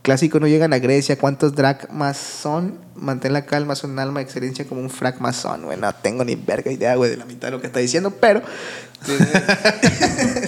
Clásico no llegan a Grecia, ¿cuántos dracmas son? Mantén la calma, son un alma de excelencia como un frac masón, güey. No tengo ni verga idea, güey, de la mitad de lo que está diciendo, pero...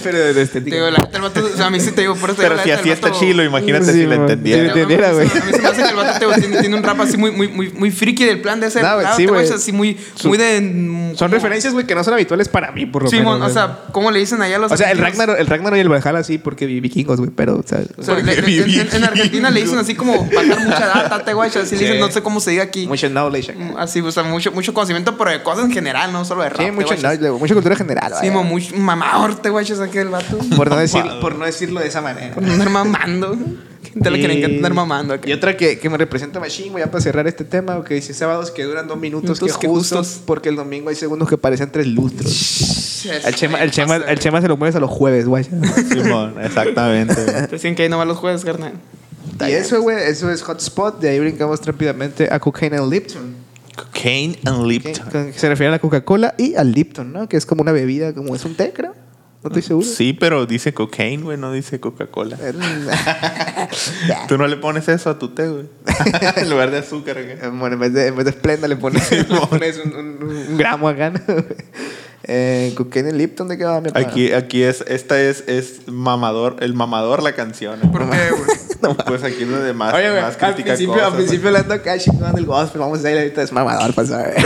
Pero de
Te digo,
estética.
la neta, el vato, o sea, a mí sí te digo, por eso te
Pero
digo, la
si
neta,
así
el
está
vato-
chilo, imagínate
Sí,
si le
man.
entendieran.
Te entendiera,
A mí
güey.
se- A mí se me hace que el vato te digo, tiene, tiene un rap así muy, muy, muy, muy friki del plan de ese.
No, güey,
lado,
sí,
te
güey.
guachas, así muy, muy de. mm,
Son referencias, güey, que no son habituales para mí, por lo
Simón,
menos,
o
güey.
sea, ¿cómo le dicen allá a los
O sea, el
argentinos?
Ragnarok, el Ragnarok y el Valhalla sí, porque vi- vikingos, güey, pero, o sea,
O sea, le- le- en, en- en Argentina le dicen así como bajar mucha data, te guachas. Así le dicen,
Sí.
no sé cómo se diga aquí.
mucho knowledge acá.
Mm, Así, o sea, mucho, mucho conocimiento, pero de cosas en general, no solo de rap.
Sí,
te
mucho
guachas.
knowledge, güey, mucha cultura general, güey.
Simón, mucho mamador, te guachas aquí el vato.
por, no decir,
Mamado.
por no decirlo de esa manera.
Por andar mamando. Gente a la que le encanta andar mamando acá.
Y otra que, que me representa Machine, güey, ya para cerrar este tema, que dice sábados que duran dos minutos,
Minutos
que,
que
justos,
justos.
porque el domingo hay segundos que parecen tres lustros.
El Chema, el, Chema, el Chema se lo mueves a los jueves, güey.
Simón, exactamente. güey.
Decían que ahí no van los jueves, carnal.
y eso, güey, eso es Hotspot. De ahí brincamos rápidamente a Cocaine and Lipton.
Cocaine and
Que,
Lipton.
que se refiere a la Coca-Cola y al Lipton, ¿no? Que es como una bebida, como es un té, creo.
No
Mm,
estoy seguro.
Sí, pero dice cocaine, güey, no dice Coca-Cola.
mm,
Tú no le pones eso a tu té, güey. en lugar de azúcar, güey.
Eh, Bueno, en vez de, en vez de Splenda le pones, le pones un, un- un gramo acá. ¿no? eh, cocaine Lipton, ¿de qué va mi
Aquí, aquí es, esta es, es mamador, el mamador la canción. güey.
¿Por qué, güey?
Pues aquí es donde más,
Oye, güey,
más
al
critica
principio,
cosas,
al principio le ando acá chingando el gospel. Vamos a ir ahorita desmamador
pues,
para saber.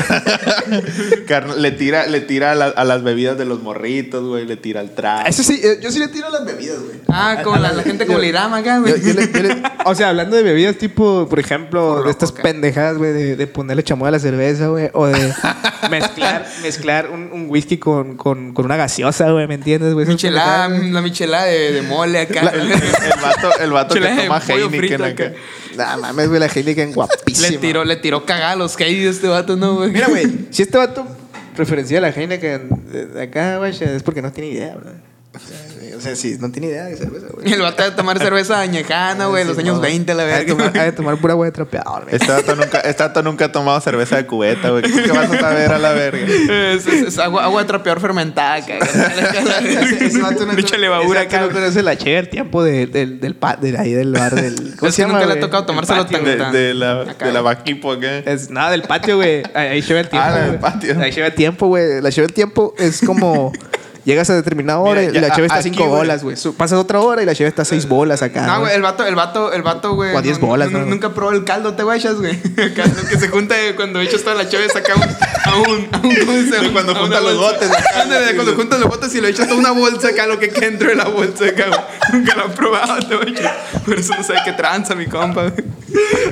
güey. Carna- le tira, le tira a, la- a las bebidas de los morritos, güey, le tira al trago.
Eso sí, eh, yo sí le tiro las bebidas, güey.
Ah, como la, la gente como le irá acá, güey.
Yo, yo le, yo le- ¿eh?
O sea, hablando de bebidas tipo, por ejemplo,
Por
de estas
loco, ¿qué?
pendejadas, güey, de, de ponerle chamoy a la cerveza, güey, o de mezclar, mezclar un, un whisky con, con, con una gaseosa, güey, ¿me entiendes, güey? Esas
Michelada,
pendejadas, güey.
la michelada de, de mole acá.
El, el vato, el vato que
Chile,
toma
pollo
Heineken
frito
acá.
acá.
nah, mames, güey, la Heineken guapísima.
le tiró, le tiró cagada a los gays este vato, ¿no, güey?
Mira, güey, si este vato referencia a la Heineken de- de acá, güey, es porque no tiene idea, bro. O sea, O sea, sí, no tiene idea de cerveza, güey.
El vato de tomar cerveza añejana, güey, en los
Sí,
años
no.
20, la
Ha de tomar-
verga.
Ha de tomar pura agua de trapeador, güey.
Este vato nunca, este vato nunca ha tomado cerveza de cubeta, güey. ¿Qué vas a saber a la verga?
Es, es- es agua, agua de trapeador fermentada, acá.
Ese- ese vato no-
Mucha levadura
ese vato
acá.
no conoce la cheve al tiempo de- del, del, pa- del, ahí del bar del.
Es que nunca le ha
güey?
tocado tomárselo tan
De,
tan-
de la,
acá,
de la
güey.
Baquipo acá.
Es nada del patio, güey. Ahí, ahí lleva el tiempo.
Ah, la del
güey.
patio.
La cheve al tiempo, güey. La cheve al tiempo es como. Llegas a determinada hora
Mira,
y
ya,
la cheve está a
aquí,
cinco
güey.
bolas, güey. Su- Pasas otra hora y la cheve está a seis bolas acá.
No,
¿no?
güey, el vato, el vato, el vato, güey.
O a 10
no-
bolas,
no-
¿no?
Nunca probó el caldo, te guayas, güey. Acá, lo que se junta eh, cuando echas toda la chave, saca un. A un, a un- ¿cómo se llama?
De cuando
A
juntan
una
los
bolsa.
botes, acá.
Ándale, de cuando juntas los botes y lo echas toda una bolsa acá, lo que queda dentro de la bolsa acá, güey. Nunca lo ha probado, te guayas. Por eso no sabe qué tranza, mi compa, güey.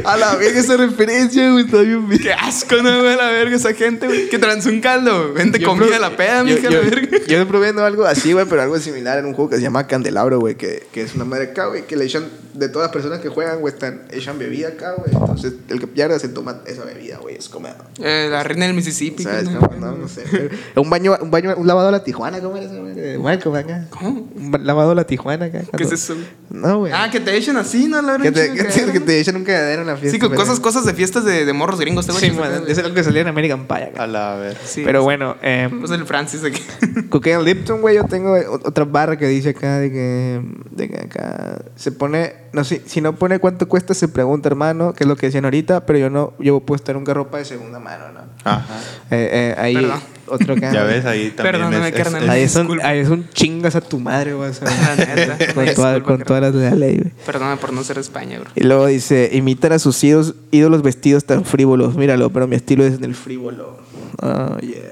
A la verga esa referencia, güey. Está bien, bien.
Qué asco, no, güey, la verga, esa gente, güey. Que tranza un caldo, Vente
Yo
comida
pro-
a la peda,
yo-
mija, la
yo-
verga.
Yo estoy probando algo así, güey, pero algo similar en un juego que se llama Candelabro, güey, que, que es una madre acá, güey, que le echan, de todas las personas que juegan, güey, están, echan bebida acá, güey. Entonces, el que pierda se toma esa bebida, güey, es como...
Eh, la reina del Mississippi,
¿Sabes?
¿no?
Como, no, no sé. güey. Un baño, un baño, un lavado a la Tijuana, ¿cómo era eso, güey? De Welcome acá.
¿Cómo?
Un ba- lavado a la Tijuana acá.
¿Qué es
cuando-
eso?
No, güey.
Ah, que te echen así, ¿no? La verga,
que, te,
chica,
que,
acá,
te, que
¿no?
te echan un cagadero en la fiesta.
Sí, con
pero-
cosas, cosas de fiestas de, de morros gringos, te
Sí, man, es algo que salía en American Pie. acá.
A la verga.
Pero bueno,
em,
eh,
Ah, Pues el Francis aquí.
Cocaine Lipton, güey, yo tengo o- otra barra que dice acá de que, de que acá se pone, no sé, si no pone cuánto cuesta se pregunta, hermano, que es lo que decían ahorita, pero yo no, yo puedo estar nunca ropa de segunda mano, ¿no?
Ajá.
Eh, eh, ahí
Perdón.
otro acá.
Ya ves, ahí también
Perdóname,
es- es-
carnal.
es-
Ahí es, un,
Disculpa.
ahí es un chingas a tu madre, güey. o sea,
La neta.
con toda-
Disculpa,
con
carnal.
todas las de la ley, güey.
Perdóname por no ser de España, bro.
Y luego dice, imitan a sus ídos- ídolos vestidos tan frívolos. Míralo, pero mi estilo es en el frívolo. Oh, yeah.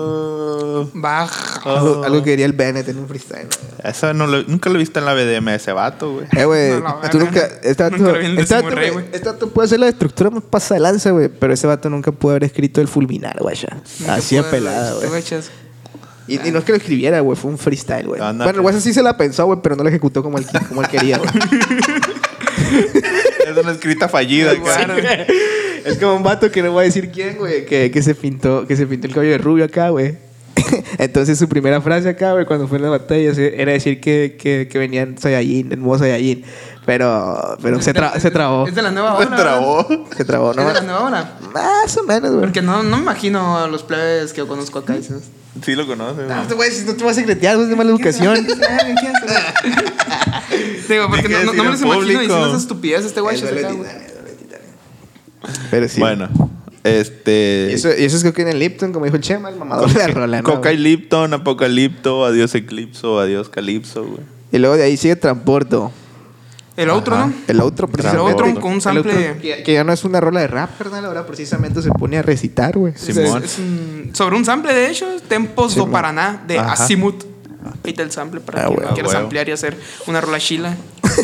Oh,
Baja.
Algo, algo que diría el Bennett en un freestyle. ¿no?
eso no lo- nunca lo he visto en la BDM ese vato, güey.
Eh, güey,
No, la
tú
verga.
nunca. Este vato,
Nunca lo vi en el
este vato,
Samurai,
güey,
güey.
este vato puede hacer la estructura más pasa de lanza, güey. Pero ese vato nunca pudo haber escrito el fulminar, güey. ya. Así de pelada, güey. Y, y no es que lo escribiera, güey. Fue un freestyle, güey.
No, no,
bueno, el
pero-
güey sí se la pensó, güey, pero no la ejecutó como él, como él quería, güey.
Es una escrita fallida, cara.
es como un vato que no voy a decir quién, güey, que, que se pintó, que se pintó el cabello de rubio acá, güey. Entonces su primera frase acá, güey, cuando fue en la batalla, se- era decir que, que, que venían Saiyajin, el nuevo Saiyajin. Pero, pero se, tra- se trabó.
Es de la nueva
Se
ola. ¿verdad?
Pues trabó.
Se trabó,
Es de la
¿no?
nueva ola.
Más o menos, güey.
Porque no, no me imagino a los plebes que yo conozco acá. ¿sabes?
Sí lo conoce, este güey.
No te voy a decir, no te vas a secretear, güey, es de mala educación.
Digo, porque
que
no, no,
decir al
me los imagino
público.
diciendo esas estupideces este guay.
Pero sí.
Bueno,
Y
este.
eso, y eso es que en el Lipton, como dijo el Chema, el mamador de la rola, ¿no?
Coca y Lipton, Apocalipto, adiós Eclipso, adiós Calipso, güey.
Y luego de ahí sigue Transporto.
El otro, ¿no?
El otro,
Transporto.
El
precisamente.
otro con un
El outro,
sample.
que, que ya no es una rola de rap, carnal. Ahora precisamente se pone a recitar, güey.
Sí.
es-
Simón.
es un- sobre un sample, de hecho, Tempos do Paraná de
Ajá.
Asimut. Ahí está el sample
Ah,
para que
huevo.
quieras
Ah, huevo.
ampliar y hacer una rola chila.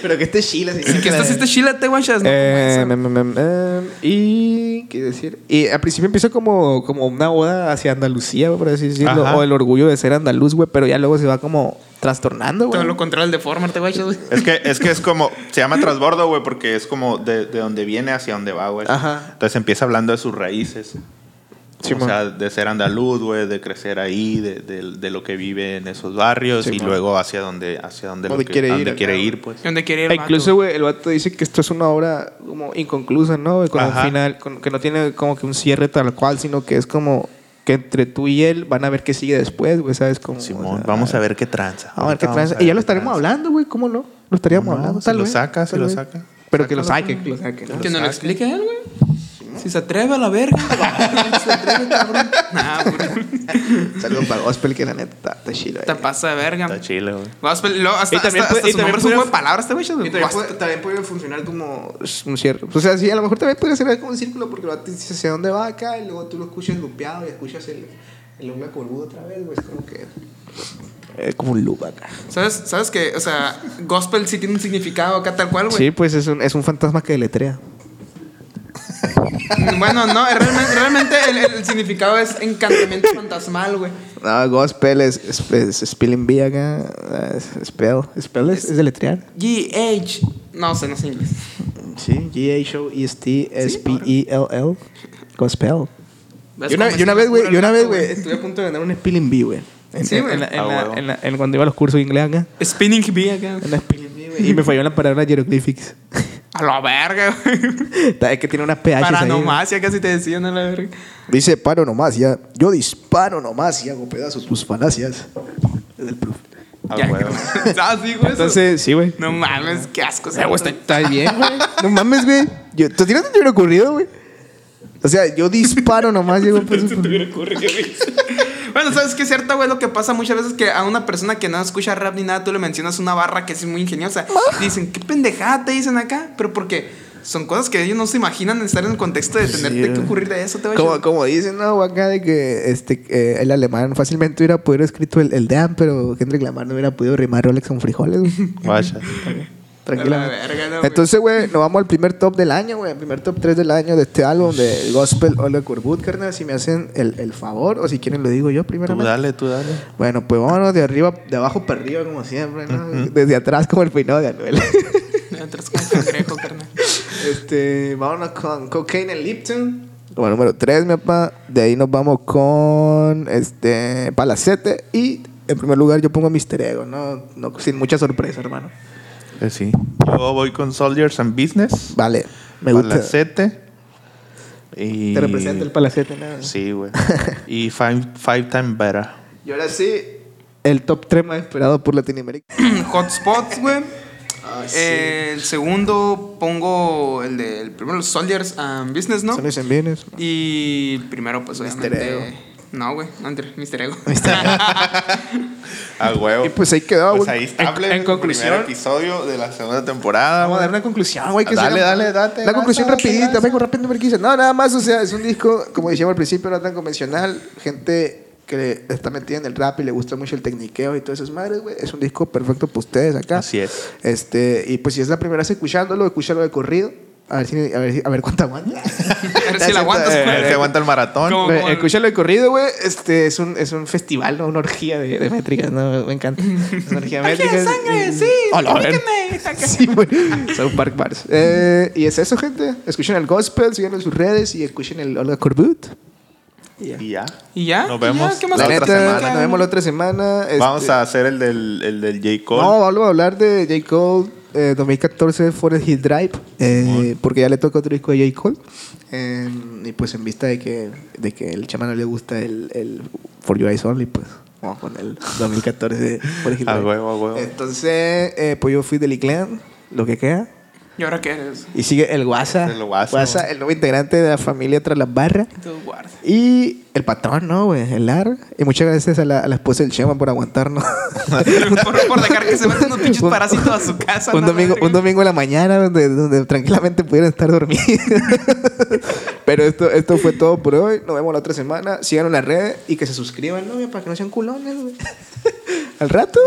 Pero que este chila.
Sí, que estás este chila, te guachas, ¿no?
Eh, mem, mem, mem, em, y qué decir y al principio empieza como, como una oda hacia Andalucía güey, por así decirlo
Ajá.
o el orgullo de ser andaluz güey pero ya luego se va como trastornando
Todo lo
güey
contrario al Deformer, te guachas, güey.
Es que, es que es como, se llama transbordo, güey, porque es como de, de donde viene hacia donde va, güey.
Ajá.
Entonces empieza hablando de sus raíces. o
Simón.
sea, de ser andaluz, güey, de crecer ahí, de, de- de lo que vive en esos barrios y
Simón.
luego hacia donde, hacia donde, lo
Donde
que-
quiere ir,
donde
acá,
quiere
güey.
ir, pues.
¿Dónde quiere ir?
E
el
incluso
vato?
güey el vato dice que esto es una obra como inconclusa no güey? con un
Ajá.
final con- que no tiene como que un cierre tal cual sino que es como
que entre tú y él van a ver qué sigue después, güey, ¿sabes? Como,
Simón,
o sea,
vamos a ver qué tranza.
Vamos a ver qué
Ahorita
tranza.
ver
Y ya lo
qué
estaremos
tranza.
hablando, güey, ¿cómo no? Lo estaríamos
No,
hablando,
si
tal
lo
vez.
saca, si
tal
lo
vez.
saca.
Pero que lo
Sácalo,
saque, que lo saque. ¿no?
Que nos lo explique él, güey. Si se atreve a la verga. Si se atreve, cabrón. Nah, güey.
Saludos para Gospel, que la neta está- está chido. eh.
Te pasa de verga.
Está chile, güey.
Gospel, luego, hasta,
Y también
hasta,
puede-
hasta
y
su
también
nombre es un
puede-
juego de palabras, este güey.
Y
Gospel.
también puede, también puede funcionar como un cierre. O sea, sí, a lo mejor también puede ser como un círculo porque lo dice hacia dónde va acá y luego tú lo escuchas lupeado y escuchas el, el hombre corbudo otra vez, güey. Es como que. Es como un loop acá.
¿Sabes, ¿Sabes que O sea, gospel sí tiene un significado acá tal cual, güey.
Sí, pues es un, es un fantasma que deletrea.
Bueno, no, realmente, realmente el, el significado es encantamiento fantasmal, güey.
No, Gospel es, es, es Spilling B acá. eh, es- spell. Spell es, es deletrear.
G-H. No sé, no sé inglés.
Sí, E G-H-O-E-S-T-S-P-E-L-L. E Gospel.
¿Ves
Yo una,
cómo
yo una vez,
se
güey,
me ocurre
yo una
el
vez,
dato,
güey, estuve a punto de ganar un Spilling Bee, güey. En-
Sí,
en-
güey.
En, la, en,
Ah,
la-
huevo.
en la- en cuando iba a los cursos de inglés acá.
Spinning bee acá.
en la Spelling Bee, güey.
Y me falló en la palabra hieroglyphics.
A la verga, güey.
Es que tiene unas PH.
Para nomás, ya casi te decían a la verga.
Dice paro nomás, ya. Yo disparo nomás y hago pedazos tus falacias. Es el profe.
Ah,
Ya,
huevo.
¿Sabes, sí, güey?
Entonces,
Entonces.
sí, güey.
No mames, qué asco.
Eh, güey, está- está bien, güey.
No mames, güey. Yo, ¿Tú tienes te hubiera ocurrido, güey? O sea, yo disparo nomás pues, y hago pedazos tus
Bueno, ¿sabes qué es cierto, güey? Lo que pasa muchas veces que a una persona que no escucha rap ni nada, tú le mencionas una barra que es muy ingeniosa. Dicen, qué pendejada te dicen acá. Pero porque son cosas que ellos no se imaginan estar en el contexto de tenerte que
güey.
ocurrir de eso, te voy a
Como, como dicen, no, acá de que este, eh, el alemán fácilmente hubiera podido escribir el, el damn, pero Kendrick Lamar no hubiera podido rimar Rolex con frijoles, güey.
Guacha.
Tranquilamente.
A la verga, no, güey.
Entonces, güey, nos vamos al primer top del año, güey. El primer top 3 del año de este álbum de Gospel Ole Corbut, carnal. Si me hacen el, el favor, o si quieren lo digo yo
Tú
primeramente.
dale, tú dale.
Bueno, pues vámonos de arriba, de abacho para arriba, como siempre, ¿no? Desde atrás, como el peinado de Anuel.
Entras como cangrejo, carnal.
este, vámonos con Cocaine and Lipton. Como número 3, mi papá. De ahí nos vamos con este, Palacete. Y en primer lugar, yo pongo Mister Ego, ¿no? no sin mucha sorpresa, hermano.
Eh, sí. Yo voy con Soldiers and Business.
Vale, me gusta.
Palacete. Y...
Te representa el Palacete, nada.
Sí, güey. y five, five Time Better.
Y ahora sí, el top 3 más esperado por Latinoamérica.
Hotspots, güey.
Ah,
Eh, El segundo pongo el de el primero, los Soldiers and Business, ¿no?
Son los envíos.
Y el primero, pues obviamente.
Mister Ego.
No, güey, no entre Mister Ego.
A huevo.
Y pues ahí quedó,
Pues
güey.
ahí está.
En-
plebe,
en
el
conclusión-
Primer episodio de la segunda temporada.
Vamos a dar
güey.
una conclusión, güey. que
Ah, Dale,
sea-
dale, date,
Una conclusión
date, date,
rapidita,
date.
vengo rápido, me quise. No, nada más, o sea, es un disco, como decíamos al principio, no tan convencional. Gente que está metida en el rap y le gusta mucho el tecniqueo y todas esas madres, güey. Es un disco perfecto para ustedes acá.
Así es.
Este, y pues si es la primera vez escuchándolo, escúchalo de corrido. A ver, si, a ver, si- a ver cuánto aguanta.
A ver si Este la aguantas,
Eh, el
güey.
que aguanta el maratón.
Como-
Güey,
como el-
escúchalo de corrido, güey. Este es un, es un festival, ¿no? una orgía de, de métricas, ¿no? Me encanta. Es una orgía de
Orgía de
métricas.
sangre,
Y-
sí,
Hola, a ver.
explíqueme.
Sí, güey. South Park Bars. Eh, y es eso, gente. Escuchen el gospel, sigan en sus redes y escuchen el Olga Corbut.
Y ya.
¿Y ya?
Nos
¿Y ya?
vemos
¿Qué más
la
La
otra
neta,
semana.
nos vemos la otra semana. Este,
Vamos a hacer el del, el del J. Cole.
No, vamos a hablar de J. Cole eh, 2014 Forest Hill Drive, eh, porque ya le toca otro disco de J. Cole. Eh, y pues en vista de que, de que el chamán no le gusta el, el For Your Eyes Only, pues vamos con el 2014 Forest Hill
A
Drive.
huevo, a huevo.
Entonces, eh, pues yo fui del Iclean, lo que queda.
¿Y ahora qué eres?
Y sigue el Guasa.
El Guasa, güey.
el nuevo integrante de la familia tras las barras.
Tú guarda.
Y el patrón, ¿no, güey? El Lar. Y muchas gracias a la, a la esposa del Chema por aguantarnos.
por, por dejar que se metan unos pinches
Un-
parásitos a su casa.
un
¿no?
domingo un domingo en la mañana donde, donde tranquilamente pudieran estar dormidos pero esto esto fue todo por hoy nos vemos la otra semana sigan en la red y que se suscriban ¿no? para que no sean culones güey. al rato